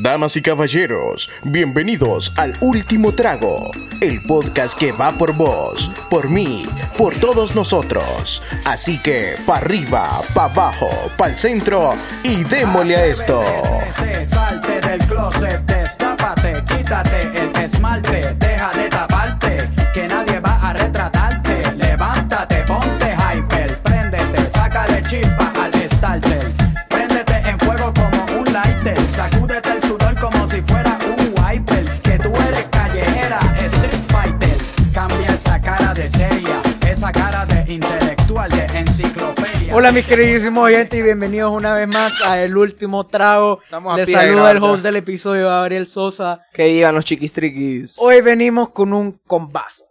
Damas y caballeros, bienvenidos al Último Trago, el podcast que va por vos, por mí, por todos nosotros. Así que, pa' arriba, pa' abajo, pa' el centro y démosle a esto. Atrévete, Salte del closet, destápate, quítate el esmalte, deja de taparte, que nadie va a retratarte. Levántate, ponte hyper, préndete, sácale chispa al starter. Préndete en fuego como un lighter, sacúdete el sudor como si fuera un wiper. Que tú eres callejera, street fighter. Cambia esa cara de seria, esa cara de intelectual de enciclopedia. Hola mis queridísimos oyentes y bienvenidos una vez más a El Último Trago. Estamos a Les pie de saluda grabar, el ya. host del episodio, Gabriel Sosa. Que digan los chiquistriquis. Oh, Hoy venimos con un combazo.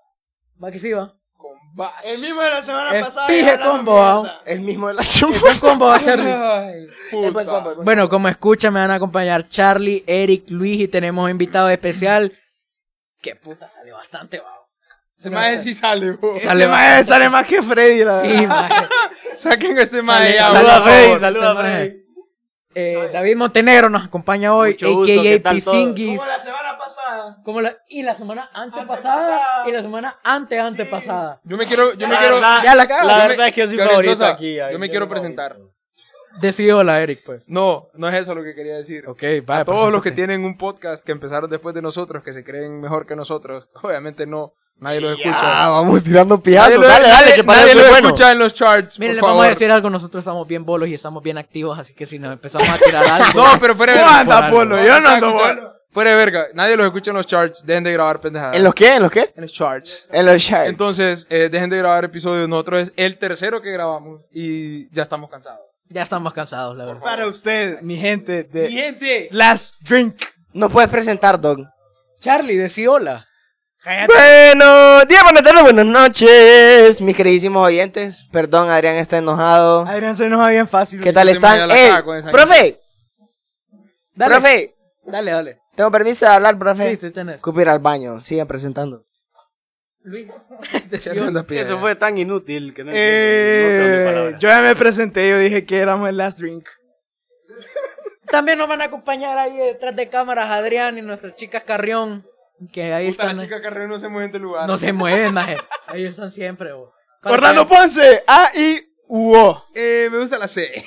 ¿Va que sí va? El mismo de la semana Eh, El pije combo. ¿va? El mismo de la El semana buen combo va, Charlie. pasada. Bueno, como escucha, me van a acompañar Charlie, Eric, Luis y tenemos invitado especial. Que puta, sale bastante, va. Este maje sí sale, bo. Sale más, sale más que Freddy, la Sí, maje. Saquen a este maje ya, Saluda por favor. saluda Eh, David Montenegro nos acompaña hoy, a.k.a. Pisingis. Como la semana pasada. Como la, y la semana antepasada y la semana ante antepasada. Yo me quiero, yo me quiero. verdad- Ya la cago. La yo verdad me- es que yo soy Gabriel favorito Sosa, aquí. ay, Yo me soy quiero favorito. presentar. Decí hola, Eric, pues. No, no es eso lo que quería decir. Ok, vaya. pues. A todos los que preséntate. tienen un podcast que empezaron después de nosotros, que se creen mejor que nosotros, obviamente no, nadie los escucha. Ah, vamos tirando nadie pijazos. lo- Dale, dale, que nadie, parece nadie los bueno. escucha en los charts. Miren, les por vamos a favor. decir algo. Nosotros estamos bien bolos y estamos bien activos, así que si nos empezamos a tirar algo. No, pero fuera de Vos verga. andas Fuera de polo, verga. yo no ando Escucha- Fuera de verga, nadie los escucha en los charts, dejen de grabar pendejadas. ¿En los qué? ¿En los qué? en los charts. En los sharks. Entonces, eh, dejen de grabar episodios. Nosotros es el tercero que grabamos y ya estamos cansados. Ya estamos cansados, la verdad. Para usted, mi gente de Last Drink. Nos puedes presentar, Doc. Charlie, decí hola. Bueno, día, buenas tardes, buenas noches, mis queridísimos oyentes. Perdón, Adrián está enojado. Adrián se nos va bien fácil. ¿Qué tal se me están? la caga Ey, con esa profe, Dale, profe, dale, dale. tengo permiso de hablar, Sí, profe. tú tenés. Cupir al baño, sigan presentando. Luis, decí hola. Anda, pide. eh. tan inútil que no Eh, yo ya me presenté, yo dije que éramos el Last Drink. También nos van a acompañar ahí detrás de cámaras Adrián y nuestras chicas Carrión, que ahí Puta, están. la chica Carrera no se mueve en este lugar. No se mueven, maje. Ahí están siempre, bo. Para Orlando que- Ponce, A I U O. Eh, me gusta la C.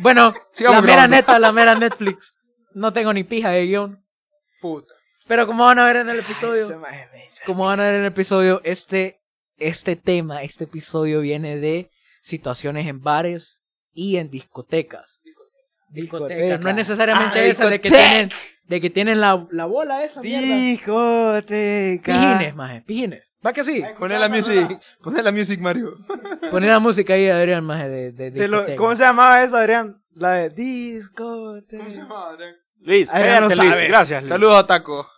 Bueno, Sigamos la mera grabando. neta, la mera Netflix. No tengo ni pija de guión. Puta. Pero como van a ver en el episodio, como van a ver en el episodio, este, este tema, este episodio viene de situaciones en bares y en discotecas. Discotecas. No es Ah, necesariamente esa de que tienen, de que tienen la, la bola esa mierda. Discoteca. Pijines, maje, pijines. Va que sí. Poné la music. Poné la music, Mario. Poner la música ahí, Adrián, maje, de, de, De lo- discoteca. ¿Cómo se llamaba eso, Adrián? La de discoteca. Luis, Adrián no cállate, Luis. sabe. Gracias, Luis. Saludos a Taco.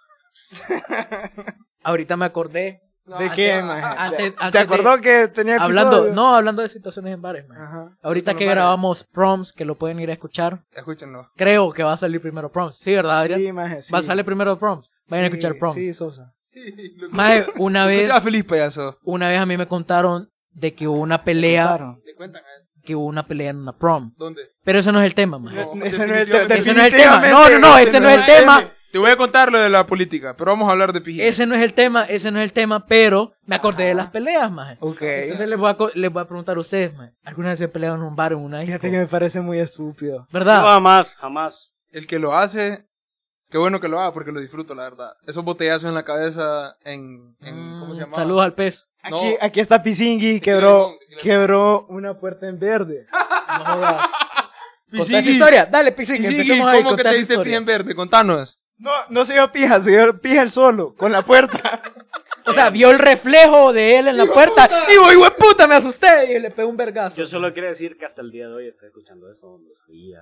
Ahorita me acordé. ¿De qué, maje? Antes, antes ¿Se de- acordó que tenía hablando, episodio? no, hablando de situaciones en bares, man. Ajá. Ahorita que en bares. grabamos Proms, que lo pueden ir a escuchar, Escúchenlo. creo que va a salir primero Proms. Sí, ¿verdad, Adrián? Sí, maje, sí. Va a salir primero Proms. Vayan a Sí, escuchar Proms. Sí, Sosa. Maje, una vez, Escucha feliz payaso. una vez a mí me contaron de que hubo una pelea, Claro. ¿Te cuentan eh? que hubo una pelea en una prom. dónde? Pero ese no es el tema, man. No, Ese no es el te- Ese no es el tema. No, no, no, ese no es el tema. Te voy a contar lo de la política, pero vamos a hablar de pijines. Ese no es el tema, ese no es el tema, pero me acordé de las peleas, maje. Ok. Entonces les voy, a, co- les voy a preguntar a ustedes, man. ¿Alguna vez se pelearon en un bar o en una disco? Fíjate que me parece muy estúpido. ¿Verdad? No, jamás, jamás. El que lo hace, qué bueno que lo haga porque lo disfruto, la verdad. Esos botellazos en la cabeza, en. en ¿Cómo se llama? Mm, Saludos al pez. No. Aquí, aquí está Pisingui, quebró, quebró una puerta en verde. No jodas. Contá esa Pisingui. historia. Dale, Pixie, que Pisingui, empecemos ahí. ¿Cómo que Contá te esa diste historia. pie en verde? Contanos. No, no se dio pija, se dio pija el solo, con la puerta. O sea, vio el reflejo de él en la puerta. Y digo, hijo de puta, me asusté. Y le pegó un vergazo. Yo solo quería decir que hasta el día de hoy estoy escuchando eso, no lo sabía.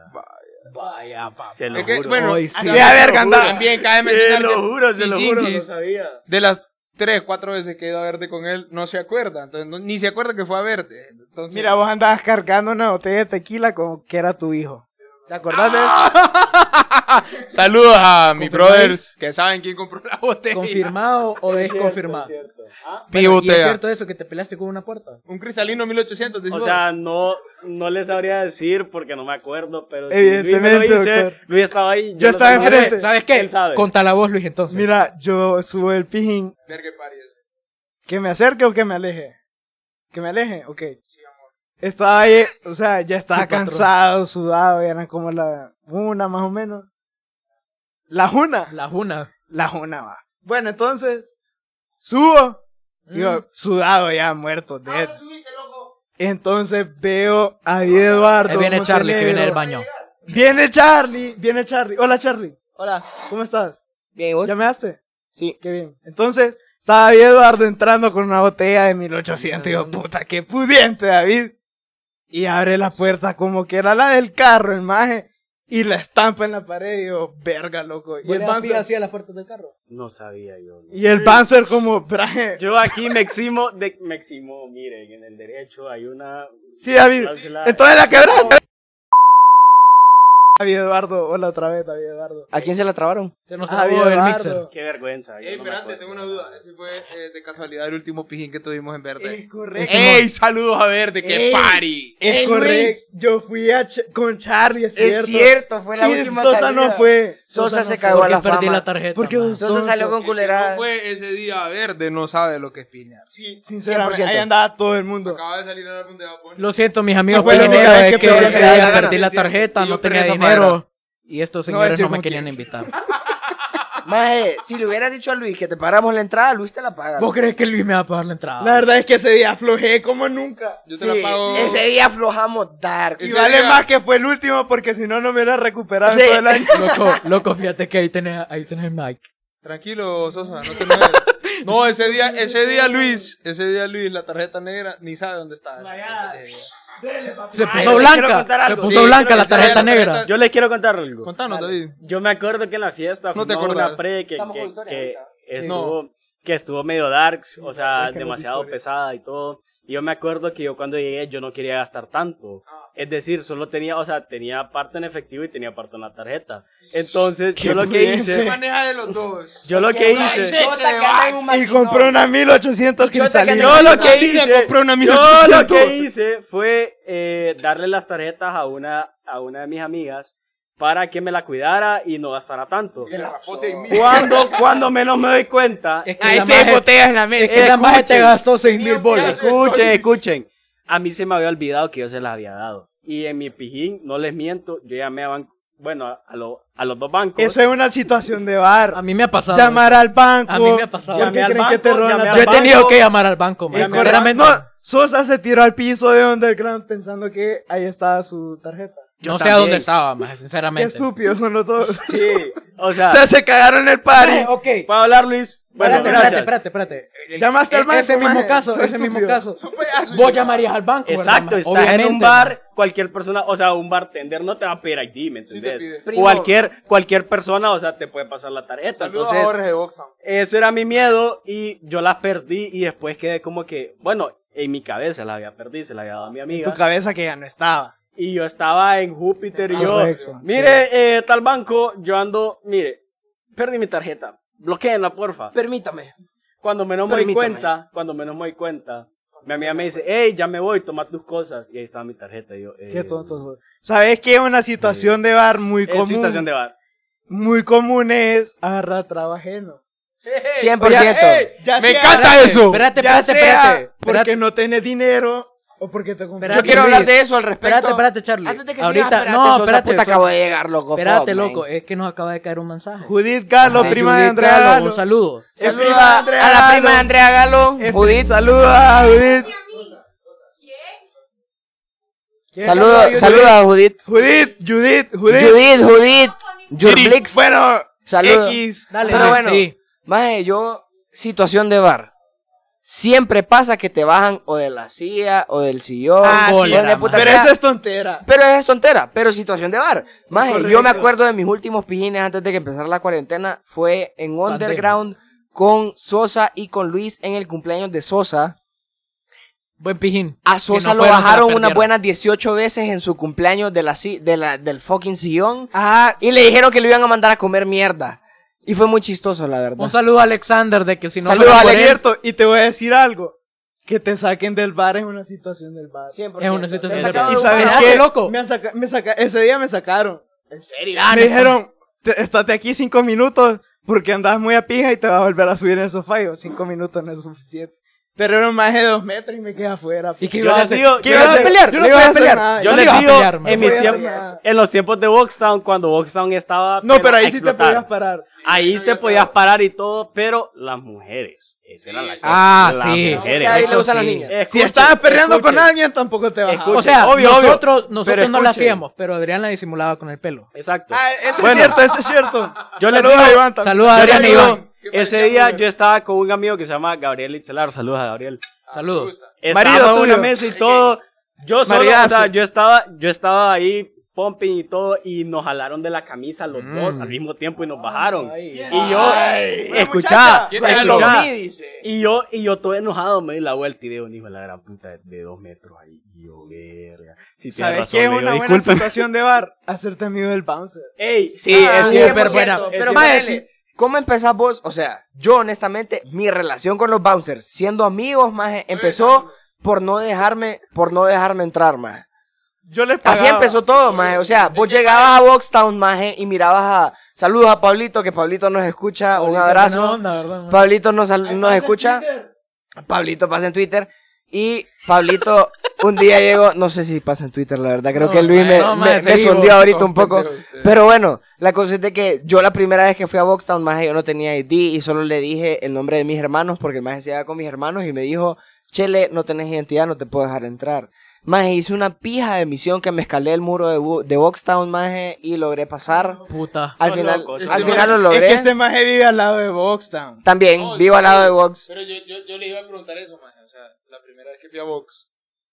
Vaya, papá. Se lo Es que, juro. bueno, Ay, sí. también- Así a verga andaba. También cabe se mencionar lo que juro, se lo juro, no lo Pisingis, sabía. de las tres, cuatro veces que he ido a verte con él, no se acuerda. Entonces, no- ni se acuerda que fue a verte. Entonces, Mira, vos andabas cargando una botella de tequila como que era tu hijo. ¿Te acordás de eso? Saludos a mis Confirmado. brothers que saben quién compró la botella. ¿Confirmado o desconfirmado? Ah, ¿Y es Pivotea. cierto eso que te peleaste con una puerta? Un cristalino 1800, dice o vos. sea, no, no les sabría decir porque no me acuerdo, pero si Evidentemente, Luis, me lo dice, doctor. Luis estaba ahí. Yo estaba A ver, enfrente. ¿Sabes qué? Él sabe. Conta la voz, Luis, entonces. Mira, yo subo el pijín. Verga, pari, eso. ¿Que me acerque o que me aleje? ¿Que me aleje? Ok. Estaba ahí, o sea, ya estaba Su patrón. cansado, sudado, ya eran como la una más o menos. La una, La Juna. la una va. Bueno, entonces, subo, Mm. digo, sudado ya, muerto, dead. Entonces veo a Eduardo. Ahí viene Charlie, que viene del Montenegro. baño. Viene Charlie, viene Charlie. Hola Charlie, Hola, ¿cómo estás? bien, ¿y vos? ¿Ya me daste? Sí. Qué bien. Entonces, estaba ahí Eduardo entrando con una botella de 1800. Digo, puta, qué pudiente, David. Y abre la puerta como que era la del carro, el maje. Y la estampa en la pared. Digo, verga, loco. Y el Panzer, las puertas del carro? No sabía yo. no. y el Panzer como, braje. Yo aquí me eximo de. Me eximo, miren, en el derecho hay una. Sí, David. cláusula- Entonces la quebraste. David Eduardo, hola otra vez, David Eduardo. ¿A quién se la trabaron? Se nos Ah, trabó el Eduardo. mixer. Qué vergüenza. yo Ey, no me espérate, acuerdo. tengo una duda. Ese fue eh, de casualidad el último pijín que tuvimos en Es Verde. correcto. ¡Ey! Saludos a Verde, que pari. Es Ey, correcto. Luis. Yo fui a Ch- con Charlie, es cierto. fue Y Sosa no fue. Sosa se fue. cagó a Porque la perdí fama. la tarjeta. Porque man. vos Sosa tonto. salió con culerada. No fue ese día a Verde, no sabe lo que es piña. Sinceramente, 100%. ahí andaba todo el mundo. Acaba de salir a la punta de Japón. Lo siento, mis amigos, No fue la pero única vez es que que perdí la ese tarjeta. día perdí la Sí, sí. tarjeta, Y no yo perdí tenía esa dinero. Y estos No voy a señores decir no me con querían quién. invitar. Maje, si le hubieras dicho a Luis que te paramos la entrada, Luis te la paga. ¿Vos crees que Luis me va a pagar la entrada? La verdad es que ese día aflojé como nunca. Yo Sí, se la pago. Ese día aflojamos Dark. Y Ese vale día- más que fue el último porque si no, no me hubiera recuperado en Sí. todo el año. Loco, loco, fíjate que ahí tenés, ahí tenés Mike. Tranquilo, Sosa, no te muevas. No, ese día, ese día Luis, ese día Luis, la tarjeta negra ni sabe dónde está. Se Ay, puso yo les quiero blanca, contar se algo. puso Sí, blanca creo la que sí, tarjeta la tarjeta- negra. Yo les quiero contar algo. Contanos, David. Yo me acuerdo que en la fiesta No te fumamos acordás. una pre que, Estamos que- con historia que ahorita. estuvo, que estuvo medio darks, o sea, es que no es demasiado historia. pesada y todo. Y yo me acuerdo que yo cuando llegué yo no quería gastar tanto. Ah. Es decir, solo tenía, o sea, tenía parte en efectivo y tenía parte en la tarjeta. Entonces, yo lo que hice, Maneja de los dos. yo lo que hice, Y compré una 1800 Yo te cristalinas. gané. yo lo que Dice, hice, compré una yo lo 1800. que hice fue eh, darle las tarjetas a una, a una de mis amigas para que me la cuidara y no gastara tanto. Cuando, cuando menos me doy cuenta, Es que Ahí la se maje, botellas en la mesa. es que la maje te Escuchen. gastó 6 mil bolas. pues, Escuchen, escuchen. A mí se me había olvidado que yo se las había dado. Y en mi pijín, no les miento, yo llamé a banco, bueno, a, a lo- a los dos bancos. Eso es una situación de bar. A mí me ha pasado. Llamar al banco. A mí me ha pasado. ¿Por qué Llamé al creen que te banco, roban llamé la al Yo he banco. tenido que llamar al banco, man. Es correcto. Sinceramente. No, Sosa se tiró al piso de Underground pensando que ahí estaba su tarjeta. No, Yo sé a dónde también. estaba, man, Qué sinceramente. estúpidos son los dos. Sí, o o sea, sea, se cagaron el party. Maje, ok. ¿puedo hablar, Luis? Bueno, espérate, gracias. espérate, espérate, espérate. El- Llamaste al e- banco, Ese mismo maje. caso, Soy ese mismo estúpido. caso. Vos llamarías al banco. ¿verdad, Exacto, maje? estás en un Obviamente, bar, cualquier persona, o sea, un bartender no te va a pedir ID, ¿me te entendés? pide. Primo. cualquier, cualquier persona, o sea, te puede pasar la tarjeta. Saludos a entonces, Jorge Boxam. Eso era mi miedo y yo las perdí y después quedé como que, bueno, en mi cabeza la había perdido, se la había dado a mi amiga. Tu cabeza que ya no estaba. Y yo estaba en Júpiter y yo, Correcto, mire, eh, tal banco, yo ando, mire, perdí mi tarjeta, bloqueenla, porfa. Permítame. Cuando menos me doy Permítame. cuenta, cuando menos me doy cuenta, mi amiga me dice, hey, ya me voy, toma tus cosas. Y ahí estaba mi tarjeta. Y yo, eh, Qué tontos son. ¿Sabes qué? Una situación de bar muy es común. situación de bar. Muy común es ah, agarrar trabajeno. 100%. ¡Me encanta eso. Espérate, Ya espérate, sea espérate, Porque espérate. no tienes dinero o porque te compraste. Yo quiero hablar de eso al respecto. Espérate, espérate, Charlie. Antes de que Ahorita, sigas, espérate, no, Sosa, espérate, puta, Sosa. acabo de llegar, loco. Espérate, fuck, man. loco, es que nos acaba de caer un mensaje. Judith Galo, De prima de Judith Andrea Galo, Galo. Un saludo. Es Saluda prima de Andrea a la prima de Galo. Andrea Galo. Es- Judith. Este, Saluda, Judith. Saluda, Judith. saluda a Judith. Judith, Judith, Judith. Judith, Judith. Jurblix. Bueno, Saludos. X. Dale, Pero dale, bueno, sí. maje, yo, situación de bar. Siempre pasa que te bajan o de la silla o del sillón. Ah, o sí, de era, puta maje. Pero sea. eso es tontera. Pero es tontera, pero situación de bar. Maje, yo me acuerdo de mis últimos pijines antes de que empezara la cuarentena. Fue en Underground con Sosa y con Luis en el cumpleaños de Sosa. Buen pijín. A Si Sosa no lo fueron, se la bajaron unas perdieron. buenas 18 veces en su cumpleaños de la, si- de la- del fucking sillón. Ah, Y le dijeron que lo iban a mandar a comer mierda. Y fue muy chistoso, la verdad. Un saludo a Alexander de que si no Saludo fuera a por Por Alex. él, cierto, y te voy a decir algo. Que te saquen del bar es una situación del bar. 100%. Es una situación Te del sacaba bar. de Ah, ¿Y un sabes bar. Espérate, qué? loco. Me han saca- me saca- ese día me sacaron. En serio. Ah, me no. dijeron, "Te- estate aquí cinco minutos porque andas muy a pija y te vas a volver a subir en el sofá. Y yo, cinco minutos no es suficiente. Pero era un maje de dos metros y me quedé afuera. ¿Y qué Yo ibas a les hacer? digo- ¿Qué yo ibas a les- pelear? yo ¿Qué no ibas voy a a hacer pelear? nada. Yo No no les ibas a digo, pelear, man. en mis No voy a tiempos, pelear. en los tiempos de Boxtown, cuando Boxtown estaba. No, pero a ahí sí te explotar. podías parar. Ahí te podías parar y todo, pero las mujeres. Esa era la cosa. Ah, Las sí. mujeres. Ahí le Eso gustan las sí. niñas. Si estabas peleando con alguien, tampoco te vas Escucha. O sea, Obvio, obvio. nosotros, Pero nosotros no la escuchen. hacíamos, pero Adrián la disimulaba con el pelo. Exacto. Ah, eso Bueno. es cierto, eso es cierto. Yo le Saludos digo- a Iván también. Saludos a Yo Adrián y les digo, Iván. Ese día yo estaba con un amigo que se llama Gabriel Itzelar. Saludos a Gabriel. Ah, Saludos. Marido Estábamos en una tuyo. mesa y todo. Yo solo, Maridazo. o sea, yo estaba, yo estaba ahí pumping y todo y nos jalaron de la camisa los Mm. dos al mismo tiempo y nos bajaron. Y yo, escuchá, te jaló? escuchá. Sí, dice. Y yo, y yo todo enojado me di la vuelta y veo un hijo de la gran puta de, de dos metros ahí. Y yo, verga. Si tiene ¿Sabes razón, qué es le digo, una buena discúlpeme. situación de bar? Hacerte amigo del bouncer. Ey, sí, Ah, es sí, súper Súper 100%, buena. Pero Es ponele, decir- ¿cómo empezás vos? O sea, yo honestamente, mi relación con los bouncers, siendo amigos, más empezó por no dejarme, por no dejarme entrar, más. Yo les pagaba. Así empezó todo, maje. O sea, vos llegabas a Boxtown, maje, y mirabas a. Saludos a Pablito, que Pablito nos escucha. Un Buena abrazo. onda, ¿verdad, man? Pablito nos, sal- nos escucha. Pablito pasa en Twitter. Y Pablito, un día llegó, no sé si pasa en Twitter, la verdad, creo No, que Luis me, no, me, maje, me sí, sondeó vos ahorita sos un poco. pendejo usted. Pero bueno, la cosa es de que yo la primera vez que fui a Boxtown, maje, yo no tenía ID y solo le dije el nombre de mis hermanos porque el maje se iba con mis hermanos y me dijo, Chele, no tenés identidad, no te puedo dejar entrar. Maje, hice una pija de misión que me escalé el muro de, Bu- de Boxtown, maje, y logré pasar. Puta. Al Son final, locos, al son final lo Es logré. que este maje vive al lado de Boxtown. También, Oh, vivo al lado de sí. Box. Pero yo, yo, yo le iba a preguntar eso, maje. O sea, la primera vez que fui a Box.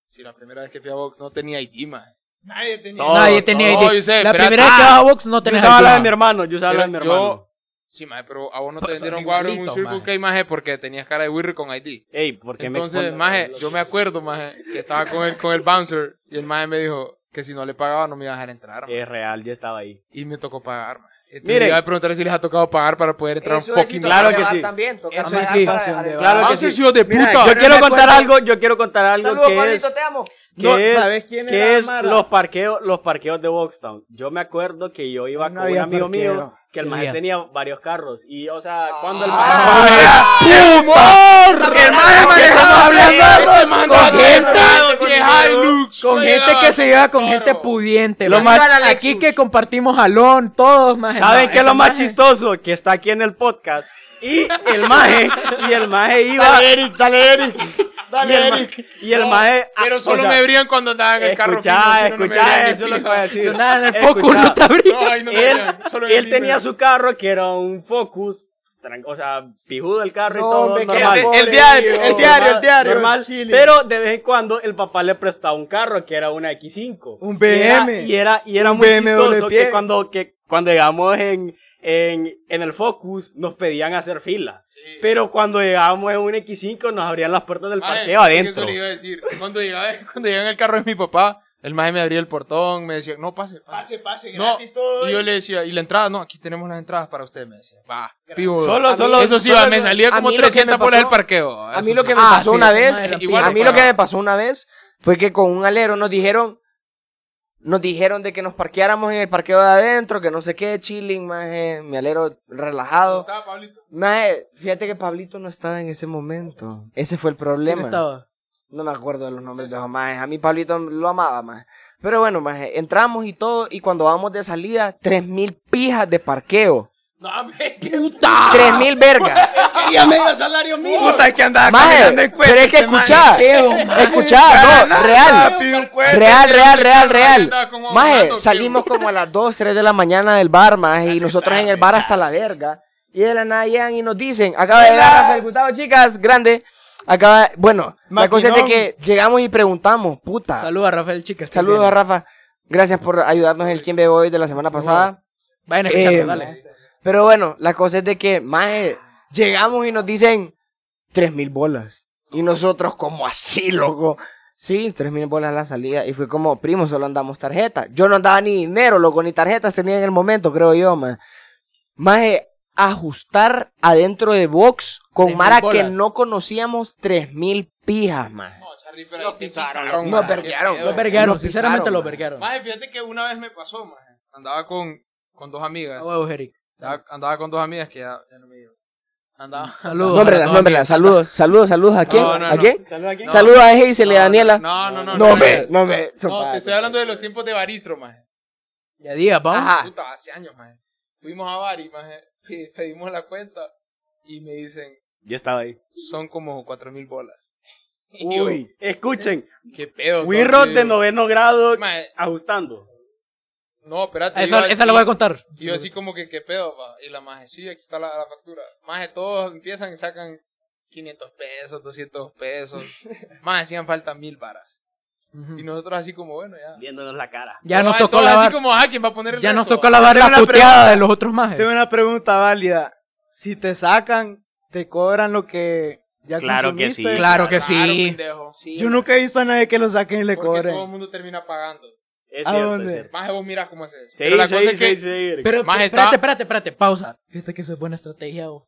Si la primera vez que fui a Box no tenía ID, maje. Nadie tenía. Todos, Nadie tenía no, idea. yo sé, La espera- primera vez que ¡Ah! vas a box no Yo tenés usaba la de idea. mi hermano, yo usaba la de mi Pero hermano. yo. Sí, maje, pero a vos no te Pues, vendieron son guaro en un igualitos, Circle maje. K, maje, porque tenías cara de Wirry con ID. Ey, ¿por qué me Entonces, exponen? maje, yo me acuerdo, maje, que estaba con el, con el bouncer y el maje me dijo que si no le pagaba no me iba a dejar entrar, maje. Es real, yo estaba ahí. Y me tocó pagar, maje. Entonces, Miren. le iba a preguntar si les ha tocado pagar para poder entrar a un fucking claro que bar. sí. También, tocar Eso para sí. dejar para dejar entrar. Claro que Bouncer, sí. hijo de Mira, puta. Yo quiero me contar acuerdo- algo, yo quiero contar algo Saludos, que Pablito, es... te amo. que No, es, ¿sabes quién que era es Mara? los parqueos, los parqueos de Boxtown. Yo me acuerdo que yo iba No con un había amigo parqueo. mío que el Sí, maje había. tenía varios carros y o sea, cuando el Ah, maje Ah, ¡Humor! Ese man con andaba gente- comprado, tiene Hilux, Con no gente llegaba. que se lleva con gente pudiente. Lo man. más- Aquí que compartimos jalón, todos, más. ¿Saben qué es lo más chistoso? Que está aquí en el podcast. Y el maje, y el maje iba. Dale Eric, dale Eric. y el, ma- Y el maje. Pero ah, solo o sea, me abrían cuando andaba en el carro. Escuchá, fino, si no, no me escuchá, abrían ni eso es lo que pija. voy a decir. Sonaba en el Focus, Escuchá. no te abrí. No, ahí no me él, abrían, solo en el él Tinder. tenía su carro que era un Focus, tran- o sea, pijudo el No, carro y todo hombre, que normal. el- el diario, el Normal, diario, el diario, normal. chile. Pero de vez en cuando el papá le prestaba un carro que era una X5. Un BM. Y era, y era, y era Un muy BM doble chistoso pie. que cuando, que cuando llegamos en, en, en el Focus nos pedían hacer fila. Pero cuando llegábamos en un X5 nos abrían las puertas del Maje, parqueo es que adentro. Eso le iba a decir. Cuando llegaba, cuando llegaba en el carro de mi papá, el maje me abría el portón, me decía, no, pase, pase. pase, No, y yo le decía, y la entrada, no, aquí tenemos las entradas para usted, me decía, va, pivo. Solo- solo- Eso sí, solo- va, me salía a como mí lo que me 300 por pasó- el parqueo. A eso mí lo sí. que me Ah, pasó sí, una esa vez, madre, igual a se mí lo que pagaba. me pasó una vez fue que con un alero nos dijeron, nos dijeron de que nos parqueáramos en el parqueo de adentro, que no sé qué, chilling, maje, mi alero relajado. Estaba Pablito. Maje, fíjate que Pablito no estaba en ese momento. Ese fue el ¿Quién problema. estaba? No me acuerdo de los nombres de los majes. A mí Pablito lo amaba, más. Pero bueno, maje, entramos y todo, y cuando vamos de salida, tres mil pijas de parqueo. No, me Tres mil vergas. quería medio salario mínimo. Puta, es que andaba Maje, caminando en cuero pero es que este maje. escuchá, escuchá, no, real. Papi, un este cuero. Real, real, real, real. Andaba como ahogando, Maje, tío. salimos como a las 2, 3 de la mañana del bar, maje, y nosotros en el bar hasta la verga. Y de la nada llegan y nos dicen, acaba de llegar Rafael Gustavo, chicas, grande. Acaba, bueno, la cosa es de que llegamos y preguntamos, puta. Saludos a Rafael, chicas. Saludos a Rafa. Gracias por ayudarnos en el quien bebe hoy de la semana pasada. Vayan a escucharlo, Eh, dale. Pero bueno, la cosa es de que, maje, llegamos y nos dicen tres mil bolas. Y nosotros como así, loco. Sí, tres mil bolas la salida. Y fue como, primo, solo andamos tarjeta. Yo no andaba ni dinero, loco, ni tarjetas tenía en el momento, creo yo, man. Maje, ajustar adentro de box con 3,000 Mara que bolas. no conocíamos 3000 pijas, maje. Lo pisaron. Nos verguearon. Los verguearon, Nos sinceramente pisaron, los man. verguearon. Maje, fíjate que una vez me pasó, maje. Andaba con, con dos amigas. A Ah, huevo, Eric. Andaba, andaba con dos amigas que ya, ya no me llevo. Andaba. Saludos. Nómbrelas, nómbrelas, saludos, saludos, saludos. ¿A quién? No, no, ¿A no. quién? Saluda aquí. Saludos a Hazel y a Daniela. No, no, no. No me, no me. son No, te padres. Ah. estoy hablando de los tiempos de Baristro, maje. Ya diga, vamos. Ajá. Puta, hace años, maje. Fuimos a Bari, maje. pe- Pedimos la cuenta y me dicen, Yo estaba ahí. son como cuatro mil bolas. Y yo, Uy. Escuchen, ¿Qué pedo? Wirro todo, de yo- noveno grado Maje, ajustando. No, espérate. Eso, yo- esa lo voy a contar. Y yo así como que, ¿qué pedo, pa? Y la maje, sí, aquí está la, la factura. Maje, todos empiezan y sacan 500 pesos, 200 pesos. Maje, hacían falta mil varas. Ujú. Y nosotros así como, bueno, ya. Viéndonos la cara. Ya Todos- nos tocó todos lavar. así como, ah, ¿quién va a poner el Ya nos resto, tocó va? lavar la Tengo una puteada pregunta. de los otros majes. Tengo una pregunta válida. Si te sacan, te cobran lo que ya Claro que consumiste? sí. Claro que Claro, sí. pendejo. Yo nunca he visto a nadie que lo saquen y le Porque todo el cobren. mundo termina pagando. Es ¿A cierto, dónde? es cierto. Maje, vos miras cómo haces. Sí, Pero la sí, cosa es sí, que... sí, Eric. Pero, espérate, Maje, estaba- espérate, espérate, pausa. Fíjate que eso es buena estrategia, vos.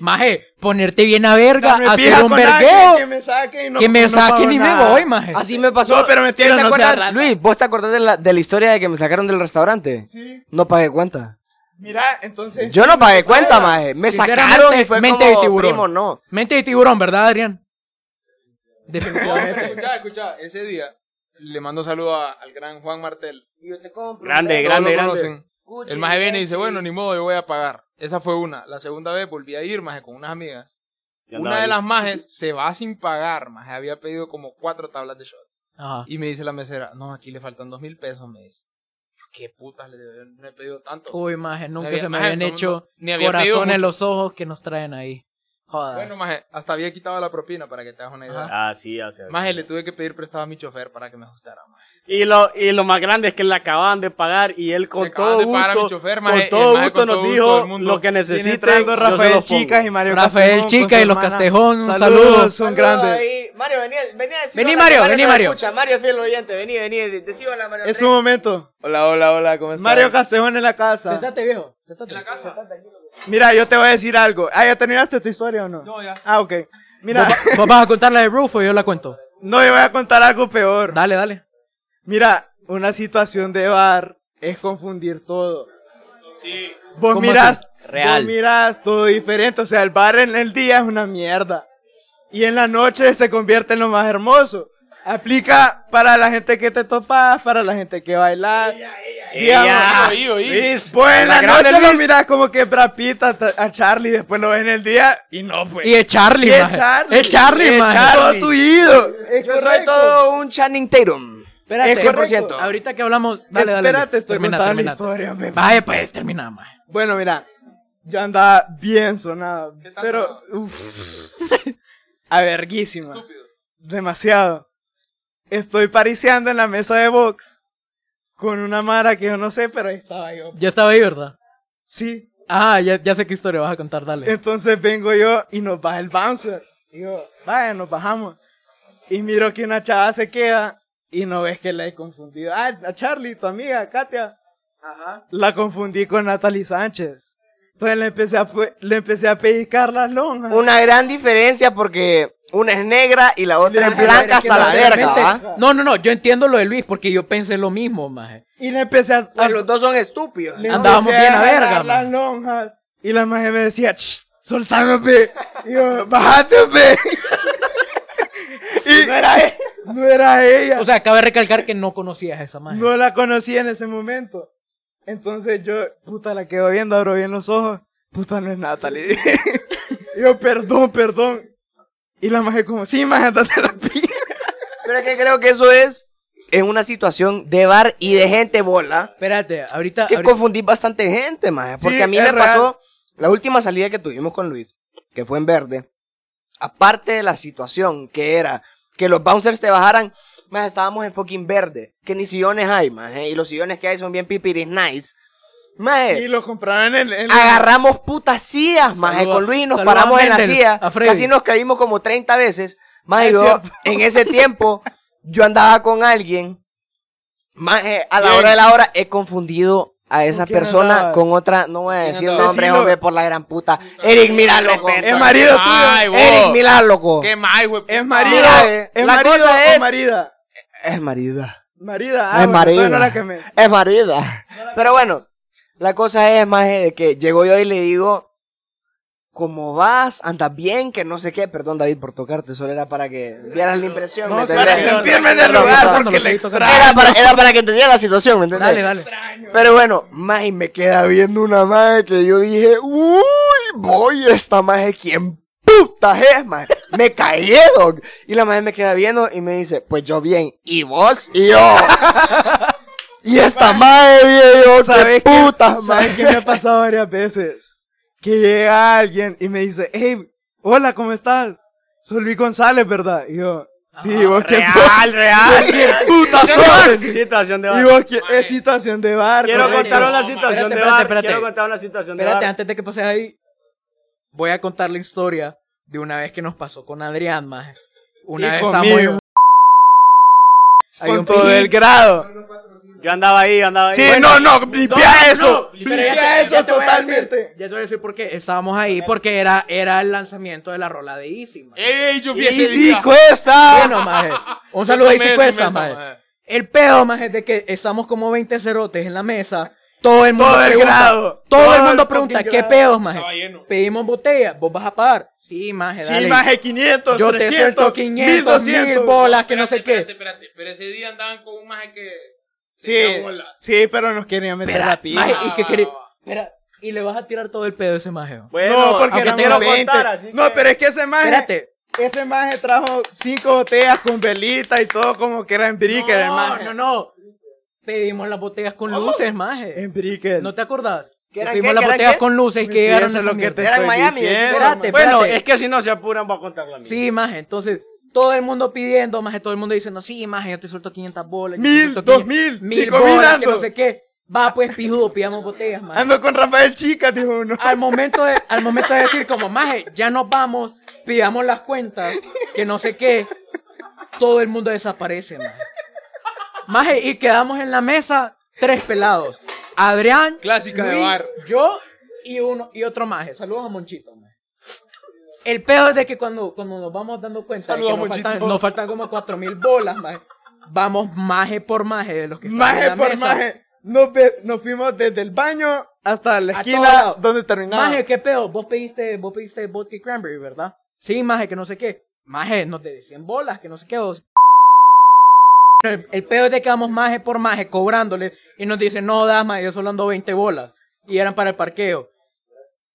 Maje, ponerte bien a verga, Dame pija hacer un con alguien Que vergueo, me saquen y no, que me no saquen pago y me nada. voy, maje. Así me pasó. No, pero mentira, ¿Ustedes se no sea acuerdan? rata. Luis, ¿vos te acordás de la, de la historia de que me sacaron del restaurante? Sí. No pagué cuenta. Mira, entonces. Yo no pagué cuenta, maje. Me sacaron y Sinceramente, fue mente de como, tiburón. primo, no. Mente de tiburón, ¿verdad, Adrián? No, Definitivamente. escuchá, escuchá. Ese día le mando un saludo a- al gran Juan Martel. Grande, Todos grande, lo grande. conocen. El maje viene eh, y dice, bueno, ni modo, yo voy a pagar. Esa fue una. La segunda vez volví a ir, maje, con unas amigas. Ya andaba Una de ahí. las majes se va sin pagar, maje. Había pedido como cuatro tablas de shots. Ajá. Y me dice la mesera, no, aquí le faltan dos mil pesos, me dice. Yo, ¿Qué putas le debo? Yo No he pedido tanto. Uy, maje, nunca Había- se me maje, habían no, no, hecho ni había pedido corazón en mucho. los ojos que nos traen ahí. Jodas. Bueno, maje, hasta había quitado la propina para que te hagas una idea. Ah, sí, ya se ve. Maje, le tuve que pedir prestado a mi chofer para que me ajustara, maje. Y lo, y lo más grande es que le acaban de pagar y él con Le acaban todo de pagar a mi gusto, chofer, maje, con el todo maje gusto con nos todo gusto dijo del mundo. lo que Viene necesiten, yo entrando se Rafael los pongo. Chicas y Mario Rafael Castejón con Chica su y los hermana. Castejón, un Saludos, saludo. son grandes. Mario, vení, vení a decir Vení, hola, Mario, que Mario vení, no Mario. Escucha, escucha. Mario es fiel oyente, vení, vení, decí hola, Mario. Es un momento. Hola, hola, hola, ¿cómo estás? Mario Castejón en la casa. Sentate, viejo. Sentate. Sentate. Mira, yo te voy a decir algo. Ah, ¿ya terminaste tu historia o no? No, ya. Ah, ok. Mira, ¿Vos vas a contar la de Rufo o yo la cuento? no, yo voy a contar algo peor. Dale, dale. Mira, una situación de bar es confundir todo. Vos ¿Cómo mirás, Real. vos mirás todo diferente. O sea, el bar en el día es una mierda. Y en la noche se convierte en lo más hermoso. Aplica para la gente que te topas, para la gente que baila. Ella. Oí, oí. Luis, Buena la grande noche lo Luis. mirás como que brapita a Charlie, después lo ves en el día y no, pues. Y es Charlie, Y es maje. Charlie. Es Charlie, Es maje. Charlie. Todo tu ídolo. Yo soy todo un Channing Tatum. Espérate, Es correcto. Ahorita que hablamos, dale, dale. Espérate, Luis. estoy Termina, contando la termina. historia, hombre. Vaya, pues, termina, maje. Bueno, mira, yo andaba bien sonado, pero uff, a verguísima. Demasiado. Estoy pariseando en la mesa de box con una mara que yo no sé, pero ahí estaba yo. Ya estaba ahí, ¿verdad? Sí. Ah, ya, ya sé qué historia vas a contar, dale. Entonces vengo yo y nos baja el bouncer. Digo, vaya, nos bajamos. Y miro que una chava se queda y no ves que la he confundido. Ah, a Charlie, tu amiga, Katia. La confundí con Natalie Sánchez. Entonces le empecé a, pe- le empecé a pellizcar las lonjas. Una gran diferencia porque una es negra y la otra es blanca hasta la verga, ¿va? No, no, no, yo entiendo lo de Luis porque yo pensé lo mismo, maje. Y le empecé a... a- Pues los dos son estúpidos. le andábamos empecé bien a agarrar verga, las man. lonjas. Y la maje me decía, "Shh, soltame, pe. Y yo, bájate, pe. y no era ella. No era ella. O sea, cabe recalcar que no conocías a esa maje. no la conocí en ese momento. Entonces yo, puta, la quedo viendo, abro bien los ojos. Puta, no es Natalie. yo, perdón, perdón. Y la maje como, sí, maje, date la pija. Pero es que creo que eso es, es una situación de bar y de gente bola. Espérate, ahorita. que ahorita- confundí bastante gente, maje. Porque Ah, Sí, a mí es me real. pasó la última salida que tuvimos con Luis, que fue en verde. Aparte de la situación que era que los bouncers te bajaran, más estábamos en fucking verde. Que ni sillones hay, maje. Y los sillones que hay son bien pipiris nice. Maje. Y lo compraron en, en la- Agarramos putas sillas, maje, Saluda- con Luis y nos saluda paramos a en la Mendel, silla. a Freddy. Casi nos caímos como 30 veces. Maje, Es yo, cierto. en ese tiempo, yo andaba con alguien. Maje, a la hora de la hora he confundido a esa quién persona andabas? con otra, no voy a decir andabas? nombre, Decilo. hombre, por la gran puta. Eric, mira, loco. Es marido tuyo. Ay, vos. Eric, mira, loco. Qué mal, güey. Oh. Es marido. Mira, eh, es la marido cosa o es- marida. Es marida. Marida. ah, es marida. No la quemé. Es marida. Pero bueno, la cosa es más de que llego yo y le digo, ¿cómo vas? ¿Andas bien? Que no sé qué. Perdón, David, por tocarte. Solo era para que vieras la impresión. ¿me Para entendés? sentirme en el No, lugar no, porque no, le no, no, Era para, era para que entendieras la situación, ¿me entendés? Dale, dale. Pero bueno, más y me queda viendo una madre que yo dije, uy, voy, esta madre, ¿quién puta es, madre? Me caí, dog. Y la madre me queda viendo y me dice, pues yo bien, y vos, y yo. y esta madre, dije yo, qué ¿Sabes qué? puta, ¿Sabes qué madre. me ha pasado varias veces? Que llega alguien y me dice, hey, hola, ¿cómo estás? Soy Luis González, ¿verdad? Y yo, sí, ¿y vos qué sos? real. ¿Qué puta sos? Situación de Y bar. vos, ¿qué es situación de bar? Quiero correcto. contar una Espérate, situación de espérate, bar. espérate. Quiero contar una situación de Espérate, bar. antes de que pases ahí, voy a contar la historia de una vez que nos pasó con Adrián, maje. Una Y vez conmigo. estamos en un- Hay Con un todo el grado. Yo andaba ahí, yo andaba ahí. Sí, Bueno, no, no, limpia eso. Pero ya te- Limpia ya eso te voy a decir- totalmente. Ya te voy a decir por qué. Estábamos ahí porque era, era el lanzamiento de la rola de Easy, maje. ¡Eh! Ey, yo fui Y ese sí, día. cuesta. Bueno, maje. Un saludo a Yo tomé Easy ese Cuesta, mes, maje. maje. El pedo, maje, es de que estamos como 20 cerotes en la mesa. Todo el mundo Todo el pregunta. grado. Todo, Todo el mundo el pregunta, fucking ¿qué grado. pedos, maje? Estaba lleno. Pedimos botella, vos vas a pagar. Sí, maje, dale. Sí, más de 500, Yo te 300, suelto 500, 1000 bolas, que no sé Espérate, qué. espérate, espérate. Pero ese día andaban con un maje que. Sí, sí, pero nos querían meter Espera, la pija. maje, y que va, quería- va, va. espera, y le vas a tirar todo el pedo a ese maje. ¿no? bueno, no, porque aunque no quiero quiero contar, así No, que- pero es que ese maje, Espérate. ese maje trajo cinco botellas con velita y todo como que era en Bricker, el No, maje. no, no. Pedimos las botellas con luces, maje. En Bricker. ¿No te acordás? ¿Qué eran Pedimos qué? las ¿Qué eran botellas qué? con luces y Pues que sí, llegaron eso a es lo esa que te mierda. Era en estoy Miami, diciendo. espérate. Espérate, Bueno, espérate. es que si no se apuran, voy a contar la mía. Sí, maje, entonces todo el mundo pidiendo, maje, todo el mundo diciendo, sí, maje, yo te suelto 500 bolas. yo te Mil, suelto dos 500, mil, mil cinco bolas, mil que ando. no sé qué. Va, pues, pijudo, pidamos botellas, maje. Ando con Rafael Chica, dijo uno. Al momento, de, al momento de decir como, maje, ya nos vamos, pidamos las cuentas, que no sé qué, todo el mundo desaparece, maje. Maje, y quedamos en la mesa tres pelados. Adrián, Clásica de Luis, bar. yo y uno y otro maje. Saludos a Monchito, maje. El pedo es de que cuando, cuando nos vamos dando cuenta de que Saludos, nos Monchito. faltan, nos faltan como cuatro mil bolas, maje. Vamos maje por maje de los que están en Maje la por mesa. maje. Nos, ve- nos fuimos desde el baño hasta A la todo esquina lado. donde terminaba. Maje, qué pedo. Vos pediste, vos pediste vodka y cranberry, ¿verdad? Sí, maje, que no sé qué. Maje, no te decían bolas, que no sé qué. vos. El, el pedo es de que vamos maje por maje cobrándole y nos dicen, no das, maje, yo solo ando 20 bolas. Y eran para el parqueo.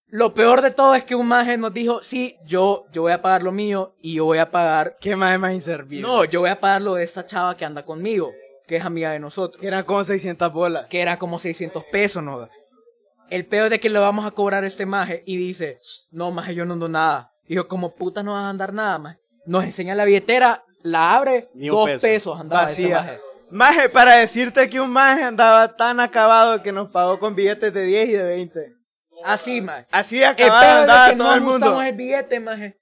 Lo peor de todo es que un maje nos dijo, sí, yo, yo voy a pagar lo mío y yo voy a pagar. Qué maje más inservible. No, yo voy a pagar lo de esta chava que anda conmigo, que es amiga de nosotros Que eran como 600 bolas. que era como 600 pesos, ¿no? El peor es de que le vamos a cobrar a este maje y dice, no, maje, yo no ando nada. Y yo, como puta no vas a andar nada, maje. Nos enseña la billetera, la abre, Ni un dos peso. pesos andaba ese maje. Vacía. Maje, para decirte que un maje andaba tan acabado que nos pagó con billetes de 10 y de 20. Así, maje. Así El acabado peor es andaba de que todo no el mundo. ajustamos el billete, maje.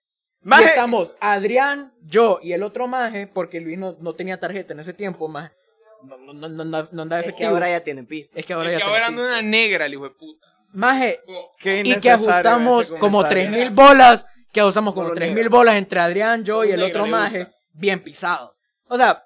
Maje- Y estamos Adrián, yo y el otro maje, porque Luis no, no tenía tarjeta en ese tiempo, maje. No, no, no, no, no andaba Es que efectivo. ahora ya tienen pista. Es que ahora ya Ahora Ah, que tengo ahora pizza. anda una negra, el hijo de puta. Maje, Qué y que innecesario ajustamos ese como comentario. 3000 bolas, que ajustamos como Solo 3000 bolas entre Adrián, yo y el negro otro le maje, gusta. bien pisado. O sea,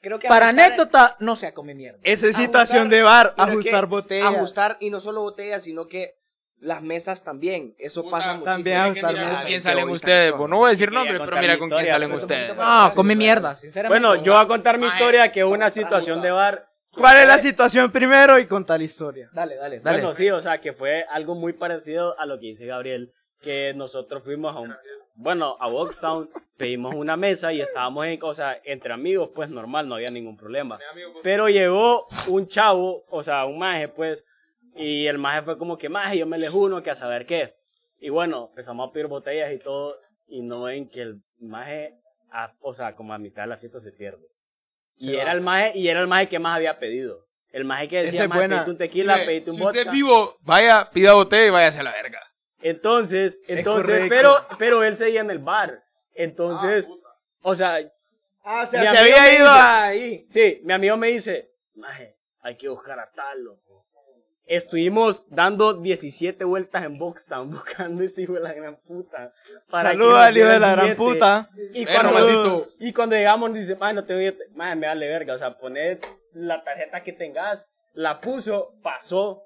Creo que para ajustar- anécdota, no sea come mierda. Esa es ajustar- situación de bar, pero ajustar que- botellas. Ajustar, y no solo botellas, sino que las mesas también. Eso Puta, pasa muchísimo. también Hay que ajustar mirar Mira, mesas. ¿Con qué quién salen egoístas ustedes? son. Pues no voy a decir Quería nombre, pero contar mira mi con quién historia, salen pero- ustedes. No, Ah, come mierda, sinceramente. Bueno, yo voy a contar mi Maje. historia que una situación de bar. ¿Cuál es la situación primero y contar la historia? Dale, dale, dale. Bueno, sí, o sea, que fue algo muy parecido a lo que dice Gabriel, que nosotros fuimos a un, bueno, a Boxtown, pedimos una mesa y estábamos en, o sea, entre amigos, pues normal, no había ningún problema. Pero llegó un chavo, o sea, un maje, pues, y el maje fue como que, maje, yo me les uno, que a saber qué. Y bueno, empezamos a pedir botellas y todo, y no ven que el maje, a- o sea, como a mitad de la fiesta se pierde. Y era el maje, y era el maje que más había pedido. El maje que Esa decía, es maje, buena. pedite un tequila, Mire, pedite un si vodka. usted es vivo, vaya, pida botella y váyase a la verga. Entonces, entonces, correcto. pero, pero él seguía en el bar. Entonces, o sea, Ah, o Mi se amigo me había ido dice- ahí. sí, mi amigo me dice, maje, hay que buscar a tal, loco. Estuvimos dando 17 vueltas en Boxtown buscando ese hijo de la gran puta. para que Saludos nos al hijo diera de el la gran billete. puta. Y Pero, cuando, maldito. y cuando llegamos, dice, madre, no tengo billete. Madre, me vale verga. O sea, poner la tarjeta que tengas, la puso, pasó,